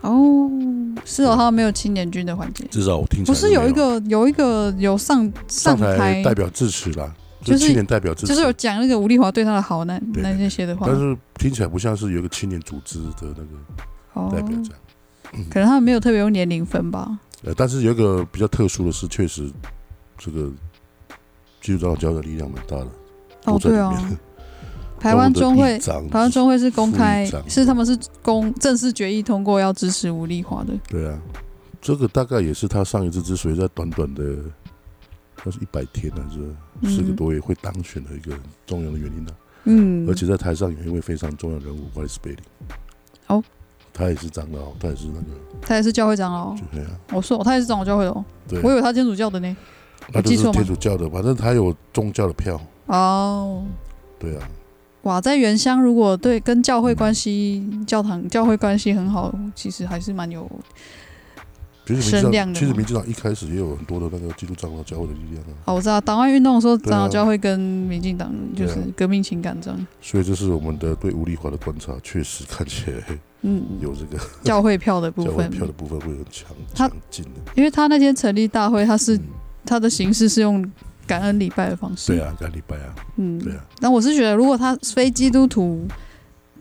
[SPEAKER 3] 哦，
[SPEAKER 1] 嗯
[SPEAKER 3] 是哦，他们没有青年军的环节，
[SPEAKER 1] 至少我听起
[SPEAKER 3] 不
[SPEAKER 1] 来
[SPEAKER 3] 是
[SPEAKER 1] 嗯没
[SPEAKER 3] 有一个有一个有上
[SPEAKER 1] 上
[SPEAKER 3] 台
[SPEAKER 1] 台代表致辞啦，
[SPEAKER 3] 就是
[SPEAKER 1] 青年代表致辞，
[SPEAKER 3] 就是有讲那个吴丽华对他的好那
[SPEAKER 1] 对
[SPEAKER 3] 那
[SPEAKER 1] 对
[SPEAKER 3] 那些的话
[SPEAKER 1] 但，是听起来不像是有一个青年组织的那个
[SPEAKER 3] 哦，
[SPEAKER 1] 代表这样。
[SPEAKER 3] 可能他们没有特别用年龄分吧。
[SPEAKER 1] 呃，但是有一个比较特殊的是，确实这个基督长教的力量蛮大的。
[SPEAKER 3] 哦，
[SPEAKER 1] 都在
[SPEAKER 3] 对
[SPEAKER 1] 里
[SPEAKER 3] 啊
[SPEAKER 1] 面，
[SPEAKER 3] 台湾中会，台
[SPEAKER 1] 台
[SPEAKER 3] 湾中会是公开
[SPEAKER 1] 副议，长
[SPEAKER 3] 是他们是公正式决议通过要支持吴丽华的。
[SPEAKER 1] 对啊，这个大概也是他上一次之所以在短短的，那是一百天啊还
[SPEAKER 3] 嗯
[SPEAKER 1] 是四个多月会当选的一个重要的原因呢、
[SPEAKER 3] 嗯，
[SPEAKER 1] 而且在台上有一位非常重要人物 w a l l a c e b a i l i
[SPEAKER 3] 哦，
[SPEAKER 1] 他也是长老，他也是那个，
[SPEAKER 3] 他也是教会长老哦，
[SPEAKER 1] 就对啊，
[SPEAKER 3] 我说他也是长老教会的哦，
[SPEAKER 1] 对啊
[SPEAKER 3] 我以为他天主教的呢。
[SPEAKER 1] 他就
[SPEAKER 3] 记错
[SPEAKER 1] 是
[SPEAKER 3] 吗
[SPEAKER 1] 天主教的，反正他有宗教的票，
[SPEAKER 3] 哦，
[SPEAKER 1] 对啊，
[SPEAKER 3] 哇，在原乡如果对跟教会关系、教堂教会关系很好，其实还是蛮有
[SPEAKER 1] 其实
[SPEAKER 3] 声
[SPEAKER 1] 民
[SPEAKER 3] 量
[SPEAKER 1] 进
[SPEAKER 3] 的
[SPEAKER 1] 党，其实
[SPEAKER 3] 吗
[SPEAKER 1] 民进党一开始也有很多的那个基督长老教会的力量啊，
[SPEAKER 3] 好，我知道党外运动的时候，
[SPEAKER 1] 对啊
[SPEAKER 3] 长老教会跟民进党就是
[SPEAKER 1] 对啊
[SPEAKER 3] 革命情感这样。
[SPEAKER 1] 所以这是我们的对吴丽华的观察，确实看起来
[SPEAKER 3] 嗯，
[SPEAKER 1] 有这个
[SPEAKER 3] 教会票的部
[SPEAKER 1] 教会
[SPEAKER 3] 分，
[SPEAKER 1] 票的部分会很强
[SPEAKER 3] 他
[SPEAKER 1] 强劲的。
[SPEAKER 3] 因为他那天成立大会，他是
[SPEAKER 1] 嗯
[SPEAKER 3] 他的形式是用感恩礼拜的方式。
[SPEAKER 1] 对，啊，赶礼拜啊，
[SPEAKER 3] 嗯，
[SPEAKER 1] 对啊，
[SPEAKER 3] 但我是觉得，如果他非基督徒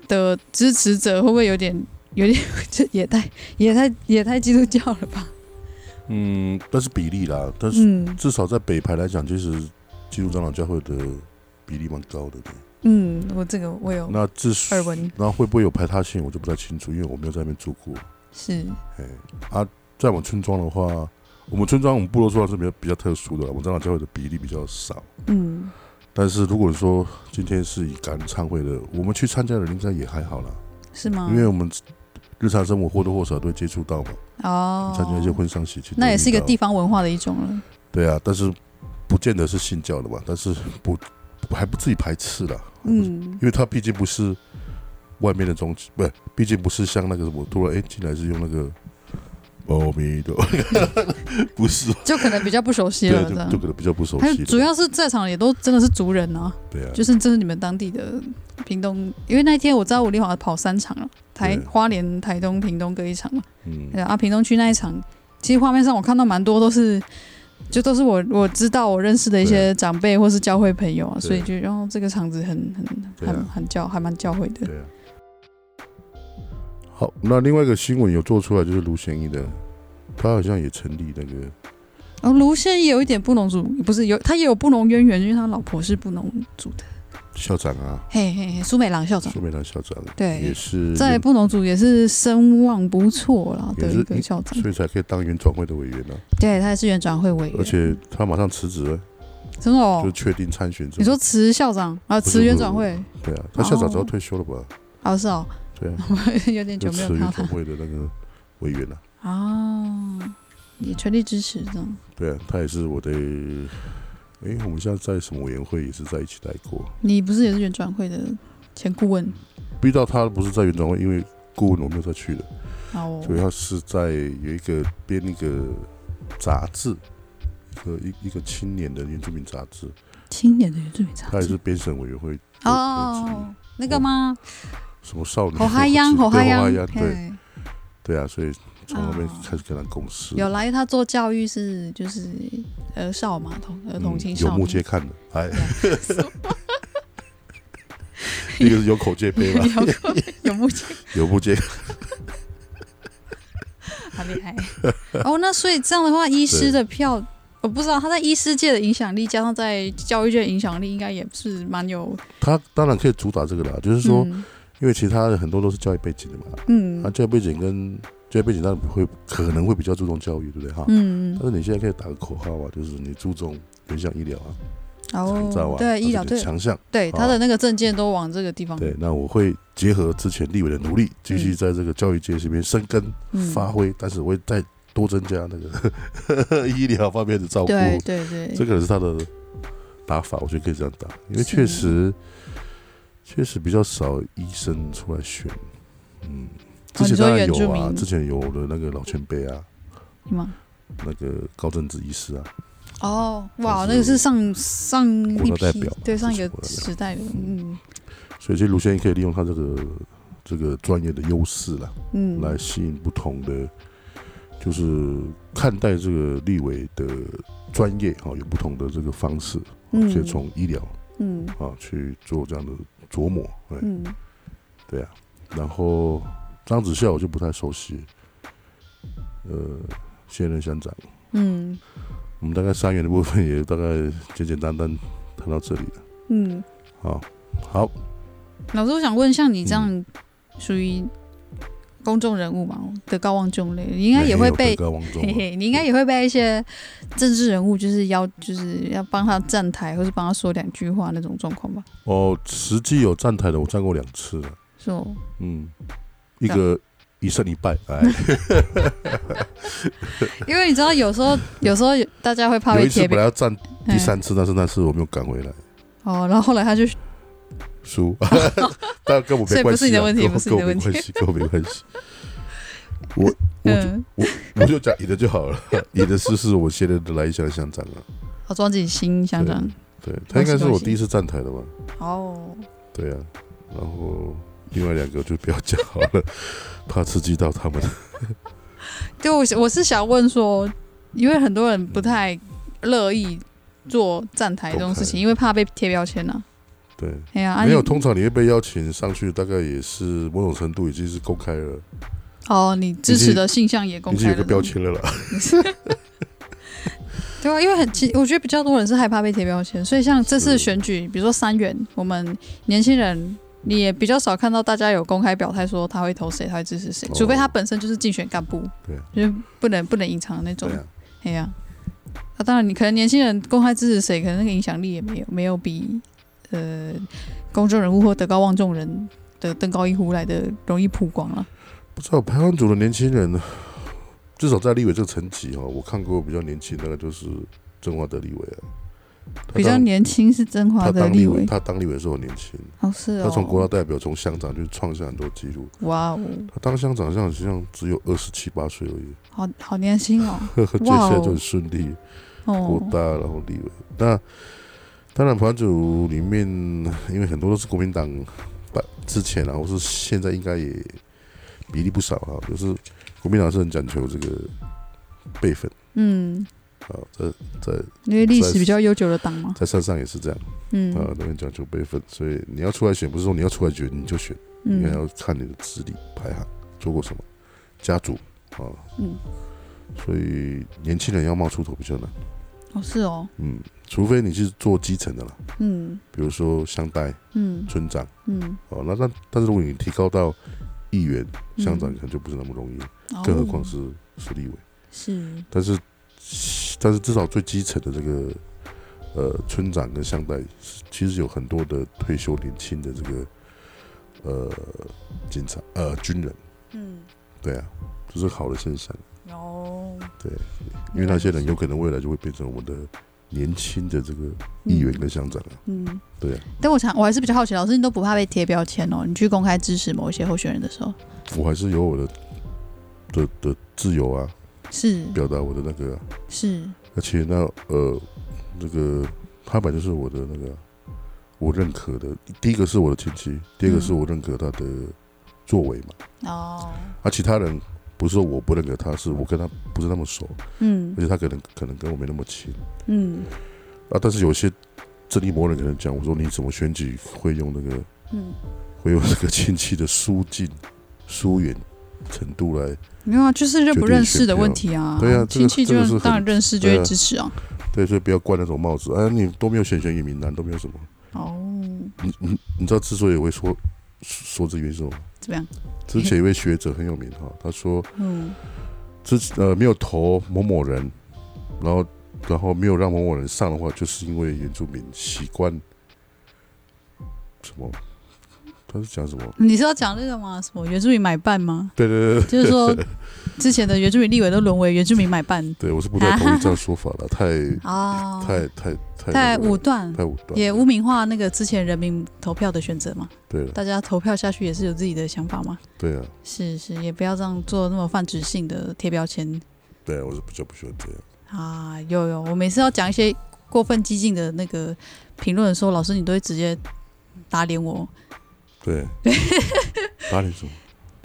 [SPEAKER 3] 的支持者，会不会有点有点 这也太也太也太基督教了吧？
[SPEAKER 1] 嗯，但是比例啦，但是
[SPEAKER 3] 嗯
[SPEAKER 1] 至少在北排来讲，其实基督长老教会的比例蛮高的。
[SPEAKER 3] 嗯，我这个我有
[SPEAKER 1] 那至少
[SPEAKER 3] 耳闻，
[SPEAKER 1] 那会不会有排他性，我就不太清楚，因为我没有在那边住过。
[SPEAKER 3] 是
[SPEAKER 1] 哎，啊，在我们村庄的话，我们村庄我们部落村庄是比较比较特殊的啦，我们长老教会的比例比较少。
[SPEAKER 3] 嗯
[SPEAKER 1] 但是如果说今天是以感恩忏悔的，我们去参加的人应该也还好啦，
[SPEAKER 3] 是吗？
[SPEAKER 1] 因为我们日常生活或多或少都会接触到嘛，
[SPEAKER 3] 哦，
[SPEAKER 1] 参加一些婚丧喜庆都会遇到。
[SPEAKER 3] 那也是一个地方文化的一种了。
[SPEAKER 1] 对啊，但是不见得是信教的嘛，但是不还不至于排斥啦，嗯，
[SPEAKER 3] 嗯
[SPEAKER 1] 因为它毕竟不是外面的宗旨，不，毕竟不是像那个什么，突然哎进来是用那个。阿弥陀， 不是，
[SPEAKER 3] 就可能比较不熟悉
[SPEAKER 1] 对
[SPEAKER 3] 了，这
[SPEAKER 1] 啊，
[SPEAKER 3] 样
[SPEAKER 1] 就就。可能比较不熟
[SPEAKER 3] 还有
[SPEAKER 1] 悉了。
[SPEAKER 3] 主要是在场也都真的是族人啊，
[SPEAKER 1] 对啊，
[SPEAKER 3] 就是这是你们当地的屏东，因为那一天我知道吴丽华跑三场了，台
[SPEAKER 1] 对
[SPEAKER 3] 花莲、台东、屏东各一场嘛。
[SPEAKER 1] 嗯，
[SPEAKER 3] 对啊，屏东区那一场，其实画面上我看到蛮多都是，就都是我我知道我认识的一些长辈或是教会朋友啊，
[SPEAKER 1] 对
[SPEAKER 3] 所以就然后这个场子很很
[SPEAKER 1] 对啊
[SPEAKER 3] 很很教还蛮教会的。
[SPEAKER 1] 对啊。好，那另外一个新闻有做出来，就是卢贤义的，他好像也成立那个，
[SPEAKER 3] 然后卢县也有一点布农族，不是有他也有布农渊源，因为他老婆是布农族的，
[SPEAKER 1] 校长啊，
[SPEAKER 3] 嘿嘿嘿，苏美郎校长
[SPEAKER 1] 苏美兰校长，
[SPEAKER 3] 对
[SPEAKER 1] 也是
[SPEAKER 3] 在布农族也是声望不错啦的
[SPEAKER 1] 也是
[SPEAKER 3] 一个校长，
[SPEAKER 1] 所以才可以当原转会的委员呢、啊，
[SPEAKER 3] 对，他也是园长会委员，
[SPEAKER 1] 而且他马上辞职了，
[SPEAKER 3] 真的嗯哦
[SPEAKER 1] 就，确定参选之后。
[SPEAKER 3] 你说辞校长啊，
[SPEAKER 1] 不是
[SPEAKER 3] 辞园长会，
[SPEAKER 1] 对啊，他校
[SPEAKER 3] 哦
[SPEAKER 1] 长只要退休了吧？
[SPEAKER 3] 哦是哦，
[SPEAKER 1] 对啊，
[SPEAKER 3] 有点
[SPEAKER 1] 就
[SPEAKER 3] 久没有
[SPEAKER 1] 辞
[SPEAKER 3] 看到
[SPEAKER 1] 原
[SPEAKER 3] 他
[SPEAKER 1] 转。会的那个委员了、啊。
[SPEAKER 3] 哦，也全力支持这种。
[SPEAKER 1] 对啊，他也是我的。诶，我们现在在什么委员会也是在一起待过，
[SPEAKER 3] 你不是也是原转会的前顾问？
[SPEAKER 1] 遇到他不是在原转会，因为顾问我没有再去了，
[SPEAKER 3] 哦，
[SPEAKER 1] 主要是在有一个编一个杂志，一个一一个青年的原住民杂志，
[SPEAKER 3] 青年的原住民杂
[SPEAKER 1] 他也
[SPEAKER 3] 志
[SPEAKER 1] 是编审委员会
[SPEAKER 2] 哦，那个吗？
[SPEAKER 1] 什么少女
[SPEAKER 2] 好嗨央，好
[SPEAKER 1] 哦对
[SPEAKER 2] 嗨
[SPEAKER 1] 吼哈
[SPEAKER 2] 央，
[SPEAKER 1] 央对
[SPEAKER 2] 嘿
[SPEAKER 1] 对啊，所以从那边
[SPEAKER 3] 哦
[SPEAKER 1] 开始跟他共事，
[SPEAKER 3] 有来他做教育是就是儿少嘛，童儿童青
[SPEAKER 1] 嗯
[SPEAKER 3] 少
[SPEAKER 1] 有
[SPEAKER 3] 年
[SPEAKER 1] 目皆看的，哎，
[SPEAKER 3] 什么
[SPEAKER 1] 一个是嗯有口皆碑嘛，
[SPEAKER 3] 有过有目前
[SPEAKER 1] 有目皆
[SPEAKER 3] 好厉 害哦。那所以这样的话，医师的票我不知道他在医师界的影响力，加上在教育界的影响力，应该也是蛮有。
[SPEAKER 1] 他当然可以主打这个啦，就是说，
[SPEAKER 3] 嗯
[SPEAKER 1] 因为其他的很多都是教育背景的嘛，
[SPEAKER 3] 嗯
[SPEAKER 1] 那教育背景跟教育背景当然会可能会比较注重教育，对不对哈？
[SPEAKER 3] 嗯，
[SPEAKER 1] 但是你现在可以打个口号啊，就是你注重影响医疗啊、长照
[SPEAKER 3] 哦
[SPEAKER 1] 啊，，
[SPEAKER 3] 对
[SPEAKER 1] 这
[SPEAKER 3] 医疗
[SPEAKER 1] 些
[SPEAKER 3] 对嗯
[SPEAKER 1] 强项。
[SPEAKER 3] 对
[SPEAKER 1] 哦
[SPEAKER 3] 他的那个证件都往这个地方，
[SPEAKER 1] 对，那我会结合之前立委的努力，继续在这个教育界这边深耕
[SPEAKER 3] 嗯
[SPEAKER 1] 发挥，但是我会再多增加那个 医疗方面的照顾。
[SPEAKER 3] 对对对，
[SPEAKER 1] 这个是他的打法，我觉得可以这样打，因为
[SPEAKER 3] 是
[SPEAKER 1] 确实确实比较少医生出来选，嗯，之前
[SPEAKER 3] 哦你说
[SPEAKER 1] 当然
[SPEAKER 3] 原住
[SPEAKER 1] 有啊，
[SPEAKER 3] 民
[SPEAKER 1] 之前有的那个老前辈啊，
[SPEAKER 3] 是吗？
[SPEAKER 1] 那个高正子医师啊，
[SPEAKER 3] 哦，哇，
[SPEAKER 1] 但是
[SPEAKER 3] 那个是上上
[SPEAKER 1] 国
[SPEAKER 3] 一
[SPEAKER 1] 家代
[SPEAKER 3] 批
[SPEAKER 1] 表，
[SPEAKER 3] 对上一
[SPEAKER 1] 是
[SPEAKER 3] 个
[SPEAKER 1] 国家代表
[SPEAKER 3] 时代的，嗯
[SPEAKER 1] 所以这卢先也可以利用他这个这个专业的优势啦，
[SPEAKER 3] 嗯，
[SPEAKER 1] 来吸引不同的，就是看待这个立委的专业哈、哦，有不同的这个方式，
[SPEAKER 3] 嗯
[SPEAKER 1] 可以从医疗
[SPEAKER 3] 嗯
[SPEAKER 1] 啊、去做这样的琢磨，哎，
[SPEAKER 3] 嗯，
[SPEAKER 1] 对啊，然后张子孝我就不太熟悉，呃，现任乡长，
[SPEAKER 3] 嗯
[SPEAKER 1] 我们大概三元的部分也大概简简单单谈到这里了。
[SPEAKER 3] 嗯，
[SPEAKER 1] 好，好，
[SPEAKER 3] 老师，我想问，像你这样
[SPEAKER 1] 嗯
[SPEAKER 3] 属于公众人物嘛，德高望重类，你应该也会被，
[SPEAKER 1] 高王中
[SPEAKER 3] 嘿嘿，你应该也会被一些政治人物就是要就是要帮他站台，或是帮他说两句话那种状况吧？
[SPEAKER 1] 哦，实际有站台的我站过两次了，
[SPEAKER 3] 是哦，
[SPEAKER 1] 嗯，一个一胜一败， 哎，
[SPEAKER 3] 因为你知道有时候有时候有大家会怕
[SPEAKER 1] 有
[SPEAKER 3] 被
[SPEAKER 1] 一次
[SPEAKER 3] 贴标
[SPEAKER 1] 本来要站第
[SPEAKER 3] 嗯
[SPEAKER 1] 三次，但是那次我没有赶回来，
[SPEAKER 3] 哦，然后后来他就
[SPEAKER 1] 输，但跟我
[SPEAKER 3] 所
[SPEAKER 1] 没
[SPEAKER 3] 以不
[SPEAKER 1] 关
[SPEAKER 3] 是你
[SPEAKER 1] 系
[SPEAKER 3] 的
[SPEAKER 1] 啊，
[SPEAKER 3] 问题
[SPEAKER 1] 跟我
[SPEAKER 3] 不是你的
[SPEAKER 1] 跟我
[SPEAKER 3] 问
[SPEAKER 1] 没
[SPEAKER 3] 题
[SPEAKER 1] 关系，跟我没关系，我我就
[SPEAKER 3] 嗯，
[SPEAKER 1] 我就讲你的就好 了，你的事是我现在的来想想长啊，
[SPEAKER 3] 好哦装自己心想想，
[SPEAKER 1] 对他应该是我第一次站台的吧？
[SPEAKER 3] 哦，
[SPEAKER 1] 对啊，然后另外两个就不要讲好 了，怕刺激到他们。
[SPEAKER 3] 对，我是我是想问说，因为很多人不太乐意做站台这种事情，
[SPEAKER 1] 公开
[SPEAKER 3] 因为怕被贴标签呐、
[SPEAKER 1] 对，
[SPEAKER 3] 啊。哎呀、啊，
[SPEAKER 1] 没有，
[SPEAKER 3] 你
[SPEAKER 1] 通常你会被邀请上去，大概也是某种程度已经是公开了，
[SPEAKER 3] 哦，你支持的性向也公
[SPEAKER 1] 已经
[SPEAKER 3] 开
[SPEAKER 1] 有
[SPEAKER 3] 了，
[SPEAKER 1] 个标签了啦。
[SPEAKER 3] 对啊，因为很其我觉得比较多人是害怕被贴标签，所以像这次
[SPEAKER 1] 是
[SPEAKER 3] 选举，比如说三元，我们年轻人。你也比较少看到大家有公开表态说他会投谁，他会支持谁，
[SPEAKER 1] 哦
[SPEAKER 3] 除非他本身就是竞选干部，
[SPEAKER 1] 对啊，
[SPEAKER 3] 就是不能不能隐藏的那种
[SPEAKER 1] 对。啊，
[SPEAKER 3] 哎呀、啊，当然，你可能年轻人公开支持谁，可能那个影响力也没有没有比呃公众人物或德高望重人的登高一呼来的容易曝光了。
[SPEAKER 1] 不知道台湾组的年轻人，至少在立委这个层级哈、哦，我看过比较年轻，大概就是中华的立委啊。他
[SPEAKER 3] 比较
[SPEAKER 1] 当
[SPEAKER 3] 年轻是真华
[SPEAKER 1] 他
[SPEAKER 3] 的
[SPEAKER 1] 当
[SPEAKER 3] 立
[SPEAKER 1] 立委，
[SPEAKER 3] 委，
[SPEAKER 1] 他当立委的时候很年轻，
[SPEAKER 3] 哦是哦，
[SPEAKER 1] 他从国大代表、从乡长就创下很多记录。
[SPEAKER 3] 哇哦，
[SPEAKER 1] 他当乡长像好像只有二十七八岁而已，
[SPEAKER 3] 好好年轻哦，
[SPEAKER 1] 呵呵，接
[SPEAKER 3] 哇哦
[SPEAKER 1] 下来就很顺利，国
[SPEAKER 3] 哦
[SPEAKER 1] 大然后立委。那当然，团组里面因为很多都是国民党办之前啊，或是现在应该也比例不少哈、就是国民党是很讲求这个辈分
[SPEAKER 3] 嗯，
[SPEAKER 1] 啊，在在
[SPEAKER 3] 因为历史比较悠久的党嘛，
[SPEAKER 1] 在山上也是这样
[SPEAKER 3] 嗯
[SPEAKER 1] 啊，都很讲求辈分，所以你要出来选，不是说你要出来选你就选，你还
[SPEAKER 3] 嗯
[SPEAKER 1] 要看你的资历、排行、做过什么、家族啊，
[SPEAKER 3] 嗯，
[SPEAKER 1] 所以年轻人要冒出头比较难。
[SPEAKER 3] 哦是哦，
[SPEAKER 1] 嗯，除非你是做基层的啦，
[SPEAKER 3] 嗯
[SPEAKER 1] 比如说乡代、
[SPEAKER 3] 嗯
[SPEAKER 1] 村长
[SPEAKER 3] 嗯，
[SPEAKER 1] 哦，那那但是如果你提高到议员、
[SPEAKER 3] 嗯
[SPEAKER 1] 乡长，可能就不是那么容易，
[SPEAKER 3] 哦
[SPEAKER 1] 更何况是是立委。
[SPEAKER 3] 是
[SPEAKER 1] 但是但是至少最基层的这个呃村长跟乡代，其实有很多的退休年轻的这个呃警察呃军人，
[SPEAKER 3] 嗯
[SPEAKER 1] 对啊，这是好的现象。
[SPEAKER 3] 哦，
[SPEAKER 1] 因为那
[SPEAKER 3] 啊
[SPEAKER 1] 些人有可能未来就会变成我们的年轻的这个议员跟乡长啊。
[SPEAKER 3] 嗯，
[SPEAKER 1] 对啊，
[SPEAKER 3] 但我想我还是比较好奇，老师你都不怕被贴标签哦？你去公开支持某一些候选人的时候，
[SPEAKER 1] 我还是有我的的的自由啊，
[SPEAKER 3] 是
[SPEAKER 1] 表达我的那个、啊，
[SPEAKER 3] 是，
[SPEAKER 1] 而且那呃，那个他本来就是我的那个啊我认可的，第一个是我的亲戚，第二个
[SPEAKER 3] 嗯
[SPEAKER 1] 是我认可他的作为嘛。
[SPEAKER 3] 哦，
[SPEAKER 1] 啊，其他人不是说我不认可他，是我跟他不是那么熟，
[SPEAKER 3] 嗯
[SPEAKER 1] 而且他可能可能跟我没那么亲
[SPEAKER 3] 嗯
[SPEAKER 1] 啊。但是有些正义魔人可能讲，我说你怎么选举会用那个
[SPEAKER 3] 嗯，
[SPEAKER 1] 会用这个亲戚的疏近、疏远程度来？
[SPEAKER 3] 没有啊，就是认不
[SPEAKER 1] 决定
[SPEAKER 3] 认
[SPEAKER 1] 选
[SPEAKER 3] 识的
[SPEAKER 1] 票
[SPEAKER 3] 问题啊。
[SPEAKER 1] 对啊这
[SPEAKER 3] 亲
[SPEAKER 1] 个
[SPEAKER 3] 戚
[SPEAKER 1] 这个是
[SPEAKER 3] 就
[SPEAKER 1] 很
[SPEAKER 3] 当然认识就
[SPEAKER 1] 对
[SPEAKER 3] 会
[SPEAKER 1] 啊
[SPEAKER 3] 支持啊。
[SPEAKER 1] 对，所以不要冠那种帽子啊，你都没有选选与民男，都没有什么。
[SPEAKER 3] 哦，
[SPEAKER 1] 你你你知道之所以我会说说说这个原因是什么吗？
[SPEAKER 3] 怎么样？
[SPEAKER 1] 之前有一位学者很有名哈，他说
[SPEAKER 3] 嗯
[SPEAKER 1] 之呃没有投某某人，然后然后没有让某某人上的话，就是因为原住民习惯什么？他是讲什么？
[SPEAKER 3] 你是要讲那个吗？什么原住民买办吗？
[SPEAKER 1] 对对对对
[SPEAKER 3] 就是 说，之前的原住民立委都沦为原住民买办
[SPEAKER 1] 对，我是不太同意这样说法了，太
[SPEAKER 3] 啊，
[SPEAKER 1] 太太
[SPEAKER 3] 太
[SPEAKER 1] 太那个
[SPEAKER 3] 武断，
[SPEAKER 1] 太武断，
[SPEAKER 3] 也污名化那个之前人民投票的选择嘛。
[SPEAKER 1] 对了
[SPEAKER 3] 大家投票下去也是有自己的想法嘛。
[SPEAKER 1] 对啊
[SPEAKER 3] 是是，也不要这样做那么泛指性的贴标签
[SPEAKER 1] 对啊，我是比较不喜欢这样。
[SPEAKER 3] 啊。有有，我每次要讲一些过分激进的那个评论的时候，老师你都会直接打脸我。
[SPEAKER 1] 对，打脸什么？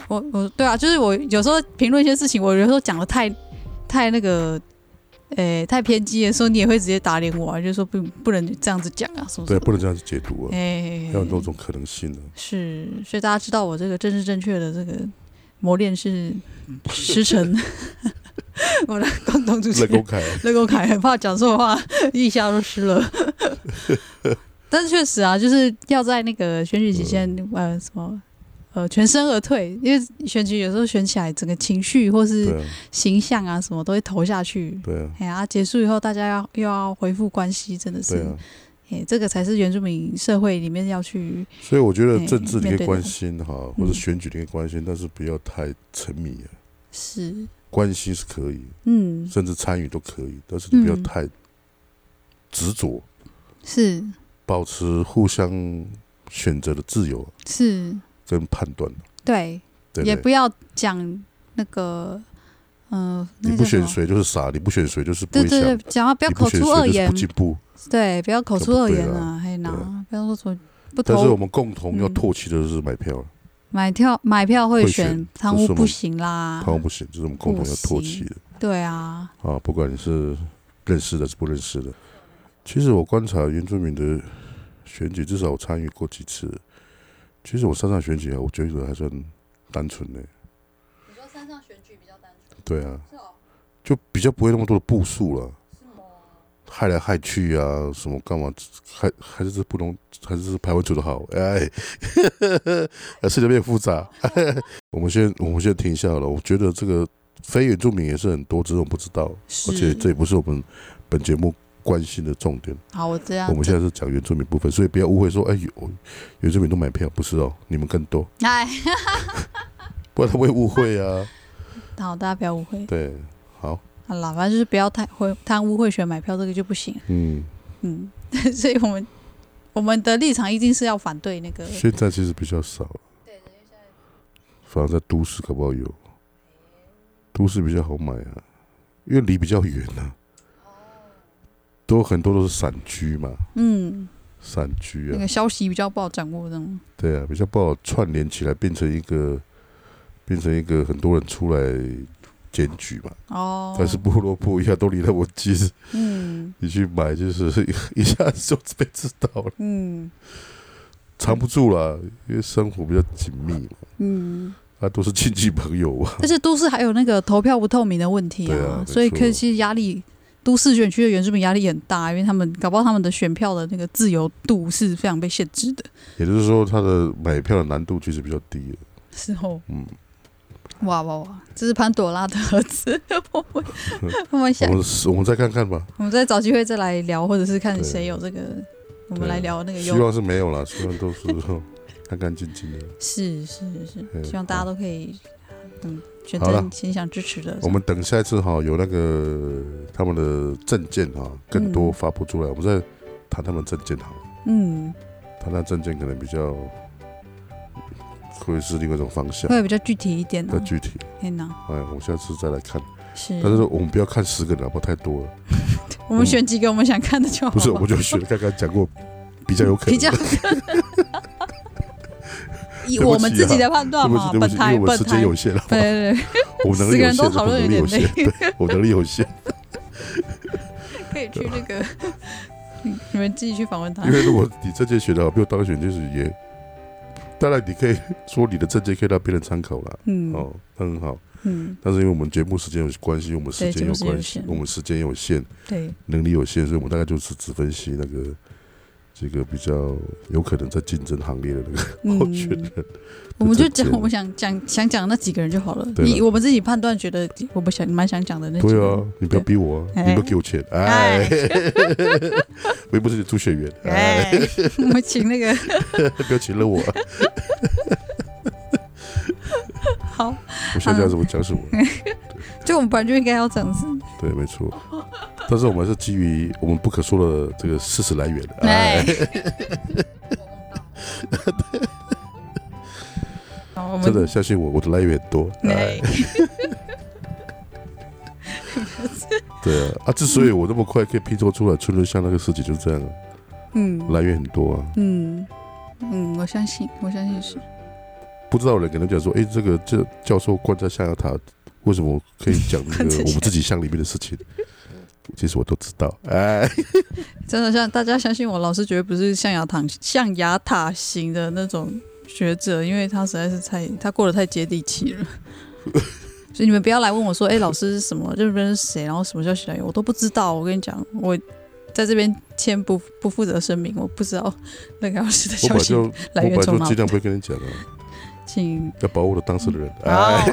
[SPEAKER 3] 我我对啊，就是我有时候评论一些事情，我有时候讲的太太那个，诶、太偏激的时候，你也会直接打脸我啊，就说不不能这样子讲啊，什么什
[SPEAKER 1] 对，
[SPEAKER 3] 么，
[SPEAKER 1] 不能这样子解读啊，
[SPEAKER 3] 哎、
[SPEAKER 1] 还有很多种可能性啊呢。
[SPEAKER 3] 是，所以大家知道我这个政治正确的这个磨练是师承， 我的共同主持
[SPEAKER 1] 在公
[SPEAKER 3] 人
[SPEAKER 1] 开，
[SPEAKER 3] 乐沟凯很怕讲错话，一下都湿 了。但是确实啊，就是要在那个选举期间，
[SPEAKER 1] 嗯
[SPEAKER 3] 呃，什么，呃，全身而退，因为选举有时候选起来，整个情绪或是
[SPEAKER 1] 对啊，
[SPEAKER 3] 形象啊，什么都会投下去。
[SPEAKER 1] 对啊，
[SPEAKER 3] 哎呀，啊结束以后，大家要又要恢复关系，真的是
[SPEAKER 1] 对，啊。
[SPEAKER 3] 哎、这个才是原住民社会里面要去，
[SPEAKER 1] 所以我觉得
[SPEAKER 3] 哎
[SPEAKER 1] 政治你可
[SPEAKER 3] 面
[SPEAKER 1] 以
[SPEAKER 3] 对
[SPEAKER 1] 关
[SPEAKER 3] 的
[SPEAKER 1] 心哈，
[SPEAKER 3] 嗯
[SPEAKER 1] 或者选举你可以关心，但是不要太沉迷啊。
[SPEAKER 3] 是，
[SPEAKER 1] 关心是可以，
[SPEAKER 3] 嗯，
[SPEAKER 1] 甚至参与都可以，但是你不要
[SPEAKER 3] 嗯
[SPEAKER 1] 太执着，
[SPEAKER 3] 是
[SPEAKER 1] 保持互相选择的自由
[SPEAKER 3] 是，
[SPEAKER 1] 跟判断，
[SPEAKER 3] 对，
[SPEAKER 1] 对
[SPEAKER 3] 也
[SPEAKER 1] 不对？
[SPEAKER 3] 不要讲那个，嗯、那
[SPEAKER 1] 你
[SPEAKER 3] 个
[SPEAKER 1] 不
[SPEAKER 3] 叫什
[SPEAKER 1] 选
[SPEAKER 3] 么
[SPEAKER 1] 谁就是傻，你不选谁就是不
[SPEAKER 3] 对
[SPEAKER 1] 会想
[SPEAKER 3] 对，对，讲话不要
[SPEAKER 1] 你
[SPEAKER 3] 口
[SPEAKER 1] 不选
[SPEAKER 3] 出
[SPEAKER 1] 谁
[SPEAKER 3] 恶
[SPEAKER 1] 就是
[SPEAKER 3] 言
[SPEAKER 1] 不，进步。
[SPEAKER 3] 对，不要口
[SPEAKER 1] 这
[SPEAKER 3] 出
[SPEAKER 1] 不
[SPEAKER 3] 恶
[SPEAKER 1] 对
[SPEAKER 3] 言
[SPEAKER 1] 啦
[SPEAKER 3] 啊，嘿
[SPEAKER 1] 对
[SPEAKER 3] 呐，不要说什么不
[SPEAKER 1] 但是我
[SPEAKER 3] 投
[SPEAKER 1] 们共同要
[SPEAKER 3] 嗯啊
[SPEAKER 1] 唾弃的是买票了，
[SPEAKER 3] 买票买票会
[SPEAKER 1] 会选
[SPEAKER 3] 选贪
[SPEAKER 1] 这
[SPEAKER 3] 污
[SPEAKER 1] 是我
[SPEAKER 3] 不
[SPEAKER 1] 们
[SPEAKER 3] 行啦
[SPEAKER 1] 台，湾不行，这是我们共同要唾弃的。
[SPEAKER 3] 对啊，
[SPEAKER 1] 啊，不管你是认识的，是不认识的。其实我观察原住民的选举，至少我参与过几次。其实我山上选举啊，我觉得还算单纯的、对啊，就比较不会那么多的步数了，害来害去啊，什么干嘛？还还是不能，还是排湾族的好。哎， 还是有点复杂。 我们先，我们先停下了。我觉得这个非原住民也是很多，只是我们不知道。而且
[SPEAKER 3] 是，
[SPEAKER 1] 这也不是我们本节目关心的重点。
[SPEAKER 3] 好，我这样
[SPEAKER 1] 我们现
[SPEAKER 3] 子，
[SPEAKER 1] 在是讲原住民部分，所以不要误会说，哎，有原住民都买票，不是哦，你们更多，
[SPEAKER 3] 哎，
[SPEAKER 1] 不然他们会误会 啊。
[SPEAKER 3] 好，大家不要误会，
[SPEAKER 1] 对，好，
[SPEAKER 3] 好啦，反正就是不要太会贪污会选买票这个就不行，
[SPEAKER 1] 嗯，
[SPEAKER 3] 嗯， 所以我们我们的立场一定是要反对那个，
[SPEAKER 1] 现在其实比较少了，反而在都市搞不好有，都市比较好买啊，因为离比较远啊，都很多都是散居嘛，
[SPEAKER 3] 嗯，
[SPEAKER 1] 散居
[SPEAKER 3] 那
[SPEAKER 1] 啊
[SPEAKER 3] 个，消息比较不好掌握，这种，
[SPEAKER 1] 对啊，比较不好串联起来，变成一个，变成一个很多人出来检举嘛。
[SPEAKER 3] 哦，
[SPEAKER 1] 但是部落不一样，都离得我近，
[SPEAKER 3] 嗯
[SPEAKER 1] 你去买就是 一下子就被知道了，
[SPEAKER 3] 嗯
[SPEAKER 1] 藏不住了，因为生活比较紧密嘛，
[SPEAKER 3] 嗯。
[SPEAKER 1] 啊，都是亲戚朋友啊，
[SPEAKER 3] 但是都市还有那个投票不透明的问题
[SPEAKER 1] 对啊
[SPEAKER 3] 啊，
[SPEAKER 1] 没错
[SPEAKER 3] 所以可以其实压力，都市选区的原住民压力很大，因为他们搞不好他们的选票的那个自由度是非常被限制的
[SPEAKER 1] 也就是说，他的买票的难度其实比较低了。
[SPEAKER 3] 时候。
[SPEAKER 1] 嗯，
[SPEAKER 3] 哇哇哇！这是潘朵拉的儿子，我们我们
[SPEAKER 1] 我
[SPEAKER 3] 想，
[SPEAKER 1] 们我们再看看吧，
[SPEAKER 3] 我们再找机会再来聊，或者是看
[SPEAKER 1] 对
[SPEAKER 3] 谁有这个，我们
[SPEAKER 1] 对啊
[SPEAKER 3] 来聊那个
[SPEAKER 1] 希
[SPEAKER 3] 优
[SPEAKER 1] 望是没有啦，希望 都是干干净净的。
[SPEAKER 3] 是是是，
[SPEAKER 1] 嗯
[SPEAKER 3] 希望大家都可以觉
[SPEAKER 1] 好了
[SPEAKER 3] 得挺想支持的。
[SPEAKER 1] 我们等下一次哈、有那个他们的证件哈、更多
[SPEAKER 3] 嗯
[SPEAKER 1] 发布出来，我们再谈他们证件好了。
[SPEAKER 3] 嗯，
[SPEAKER 1] 谈谈证件可能比较会是另外一种方向，
[SPEAKER 3] 会比较具体一点
[SPEAKER 1] 再
[SPEAKER 3] 哦。
[SPEAKER 1] 具体。
[SPEAKER 3] 天哪，
[SPEAKER 1] 哎，我们下次再来看。
[SPEAKER 3] 是
[SPEAKER 1] 但是我们不要看十个人，不太多了。
[SPEAKER 3] 我们选几个我们想看的就好。
[SPEAKER 1] 不是，我们就选刚刚讲过比较有可能。
[SPEAKER 3] 比较 以
[SPEAKER 1] 对不起啊
[SPEAKER 3] 我们自己的判断
[SPEAKER 1] 对不
[SPEAKER 3] 嘛
[SPEAKER 1] 起，，对不
[SPEAKER 3] 本
[SPEAKER 1] 起，因
[SPEAKER 3] 台
[SPEAKER 1] 为我们
[SPEAKER 3] 本
[SPEAKER 1] 时间
[SPEAKER 3] 台
[SPEAKER 1] 有限了，啊
[SPEAKER 3] 对对对，
[SPEAKER 1] 我能
[SPEAKER 3] 四
[SPEAKER 1] 力
[SPEAKER 3] 个
[SPEAKER 1] 有
[SPEAKER 3] 人
[SPEAKER 1] 限，
[SPEAKER 3] 都讨论有
[SPEAKER 1] 能力
[SPEAKER 3] 点
[SPEAKER 1] 有限，
[SPEAKER 3] 累，
[SPEAKER 1] 我能力有限，
[SPEAKER 3] 可以去那 个，嗯你们自己去访问他
[SPEAKER 1] 因。为如果你证件学的好，比我当选就是也，当然你可以说你的证件可以让别人参考了，
[SPEAKER 3] 嗯
[SPEAKER 1] 哦，很好。
[SPEAKER 3] 嗯，
[SPEAKER 1] 但是因为我们节目时间有关系，我们时
[SPEAKER 3] 对
[SPEAKER 1] 间
[SPEAKER 3] 节
[SPEAKER 1] 有
[SPEAKER 3] 目时间
[SPEAKER 1] 关
[SPEAKER 3] 有
[SPEAKER 1] 系
[SPEAKER 3] 限，
[SPEAKER 1] 我们时间有限，
[SPEAKER 3] 对，
[SPEAKER 1] 能力有限，所以我们大概就是只分析那个这个比较有可能在竞争行列的那个
[SPEAKER 3] 嗯，
[SPEAKER 1] 候选人。
[SPEAKER 3] 我们就
[SPEAKER 1] 这
[SPEAKER 3] 讲
[SPEAKER 1] 这
[SPEAKER 3] 我们想讲想讲那几个人就好了。
[SPEAKER 1] 对了
[SPEAKER 3] 你我们自己判断觉得我们想蛮想讲的那几个
[SPEAKER 1] 对啊
[SPEAKER 3] 人。，
[SPEAKER 1] 你不要逼我啊，
[SPEAKER 3] 哎
[SPEAKER 1] 你不要给我钱，哎， 我又不是你助学员，哎，
[SPEAKER 3] 哎， 我们请那个
[SPEAKER 1] 不要请了我。
[SPEAKER 3] 好，嗯
[SPEAKER 1] 我现在要怎么讲什么？
[SPEAKER 3] 就我们本来就应该要这样子。
[SPEAKER 1] 对，没错。但是我们还是基于我们不可说的这个事实来源。
[SPEAKER 3] 哎
[SPEAKER 1] 哎，，
[SPEAKER 3] 哦好，我们
[SPEAKER 1] 真的相信我，我的来源很多。哎，
[SPEAKER 3] 哎，
[SPEAKER 1] 对啊，啊，之所以我那么快可以拼凑出来春日香那个事情，就是这样啊，
[SPEAKER 3] 嗯
[SPEAKER 1] 来源很多啊。
[SPEAKER 3] 嗯嗯，我相信，我相信是。
[SPEAKER 1] 不知道的人可能讲说，哎，这个这教授关在象牙塔，为什么可以讲那
[SPEAKER 3] 关
[SPEAKER 1] 个
[SPEAKER 3] 在象
[SPEAKER 1] 我们自己乡里面的事情？其实我都知道。哎，
[SPEAKER 3] 真的像大家相信我，老师绝对不是象牙塔象牙塔型的那种学者，因为他实在是太他过得太接地气了。所以你们不要来问我说，哎、老师是什么认不认识谁，然后什么消息来源，我都不知道。我跟你讲，我在这边签不不负责声明，我不知道那个老师的
[SPEAKER 1] 我
[SPEAKER 3] 消
[SPEAKER 1] 本来
[SPEAKER 3] 息
[SPEAKER 1] 就
[SPEAKER 3] 来
[SPEAKER 1] 我本
[SPEAKER 3] 源
[SPEAKER 1] 来
[SPEAKER 3] 从
[SPEAKER 1] 就
[SPEAKER 3] 哪
[SPEAKER 1] 尽。量不会跟你讲啊，
[SPEAKER 3] 请
[SPEAKER 1] 要保护我当事的人。
[SPEAKER 3] 哦
[SPEAKER 1] 哎，，
[SPEAKER 3] 啊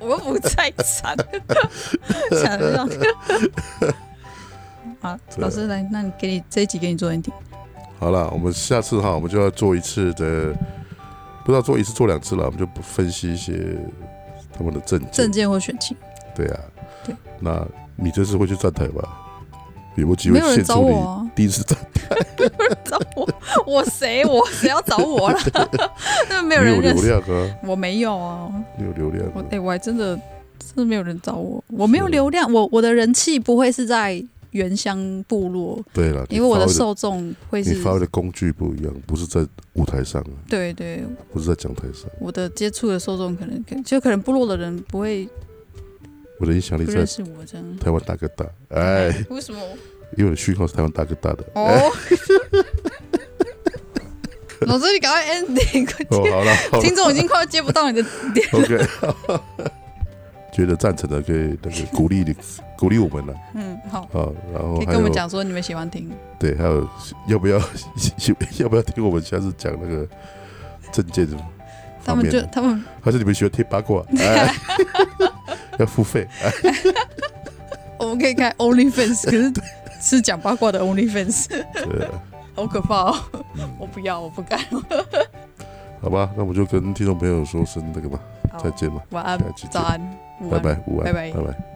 [SPEAKER 3] 我不在 场，想让。 好，老师来，那你给你这一集给你做 ending。
[SPEAKER 1] 好了，我们下次哈，我们就要做一次的，不知道做一次做两次了，我们就不分析一些他们的证件。
[SPEAKER 3] 证件或选情，
[SPEAKER 1] 对啊，
[SPEAKER 3] 对，
[SPEAKER 1] 那你这次会去站台吧？有没有机会
[SPEAKER 3] 没有人
[SPEAKER 1] 献
[SPEAKER 3] 找
[SPEAKER 1] 出
[SPEAKER 3] 我
[SPEAKER 1] 你
[SPEAKER 3] 啊，
[SPEAKER 1] 第一次站？
[SPEAKER 3] 找我，我谁？我谁要找我了？ 那没有
[SPEAKER 1] 你
[SPEAKER 3] 人
[SPEAKER 1] 有
[SPEAKER 3] 认
[SPEAKER 1] 流
[SPEAKER 3] 识，
[SPEAKER 1] 量啊，
[SPEAKER 3] 我没有啊，
[SPEAKER 1] 你有流量
[SPEAKER 3] 我
[SPEAKER 1] 啊
[SPEAKER 3] 哎、，我还真的真的没有人找我，我没有
[SPEAKER 1] 是
[SPEAKER 3] 流量，我我的人气不会是在原乡部落，
[SPEAKER 1] 对了，
[SPEAKER 3] 因为我
[SPEAKER 1] 你发
[SPEAKER 3] 的
[SPEAKER 1] 挥的
[SPEAKER 3] 受众会
[SPEAKER 1] 你
[SPEAKER 3] 是
[SPEAKER 1] 发，挥的工具不一样，不是在舞台上啊，
[SPEAKER 3] 对对，
[SPEAKER 1] 不是在讲台上，
[SPEAKER 3] 我的接触的受众可能可就可能部落的人不会
[SPEAKER 1] 我的影响力
[SPEAKER 3] 不
[SPEAKER 1] 在
[SPEAKER 3] 认识我这样，
[SPEAKER 1] 台湾大哥大，哎，，
[SPEAKER 3] 为什么？
[SPEAKER 1] 因为我的讯号是台湾大哥哎大的。
[SPEAKER 3] 哦，老师，你赶快 ending，快
[SPEAKER 1] 哦，
[SPEAKER 3] 点
[SPEAKER 1] 好了，好了
[SPEAKER 3] 听众已经快要接不到你的
[SPEAKER 1] OK，觉得赞成的可以那个鼓励你，鼓励我们了
[SPEAKER 3] 嗯，好，
[SPEAKER 1] 啊。然后
[SPEAKER 3] 可以
[SPEAKER 1] 还
[SPEAKER 3] 跟我
[SPEAKER 1] 有
[SPEAKER 3] 们讲说你们喜欢听。
[SPEAKER 1] 对，还有要不要 要不要听我们下次讲那个证件的
[SPEAKER 3] 他
[SPEAKER 1] 方
[SPEAKER 3] 们
[SPEAKER 1] 面
[SPEAKER 3] 就
[SPEAKER 1] 的？
[SPEAKER 3] 他们
[SPEAKER 1] 还是你们喜欢听八卦？ 哎要付费，哎
[SPEAKER 3] 我们可以开 OnlyFans，可是是讲八卦的 OnlyFans，
[SPEAKER 1] 对，
[SPEAKER 3] 好可怕哦！
[SPEAKER 1] 嗯
[SPEAKER 3] 我不要，我不敢。
[SPEAKER 1] 好吧，那我们就跟听众朋友说声那个吧，
[SPEAKER 3] 好
[SPEAKER 1] 再见吧，
[SPEAKER 3] 晚安
[SPEAKER 1] 下期，见
[SPEAKER 3] 早安，午
[SPEAKER 1] 拜
[SPEAKER 3] 安，
[SPEAKER 1] 拜，午安，
[SPEAKER 3] 拜拜
[SPEAKER 1] 拜拜。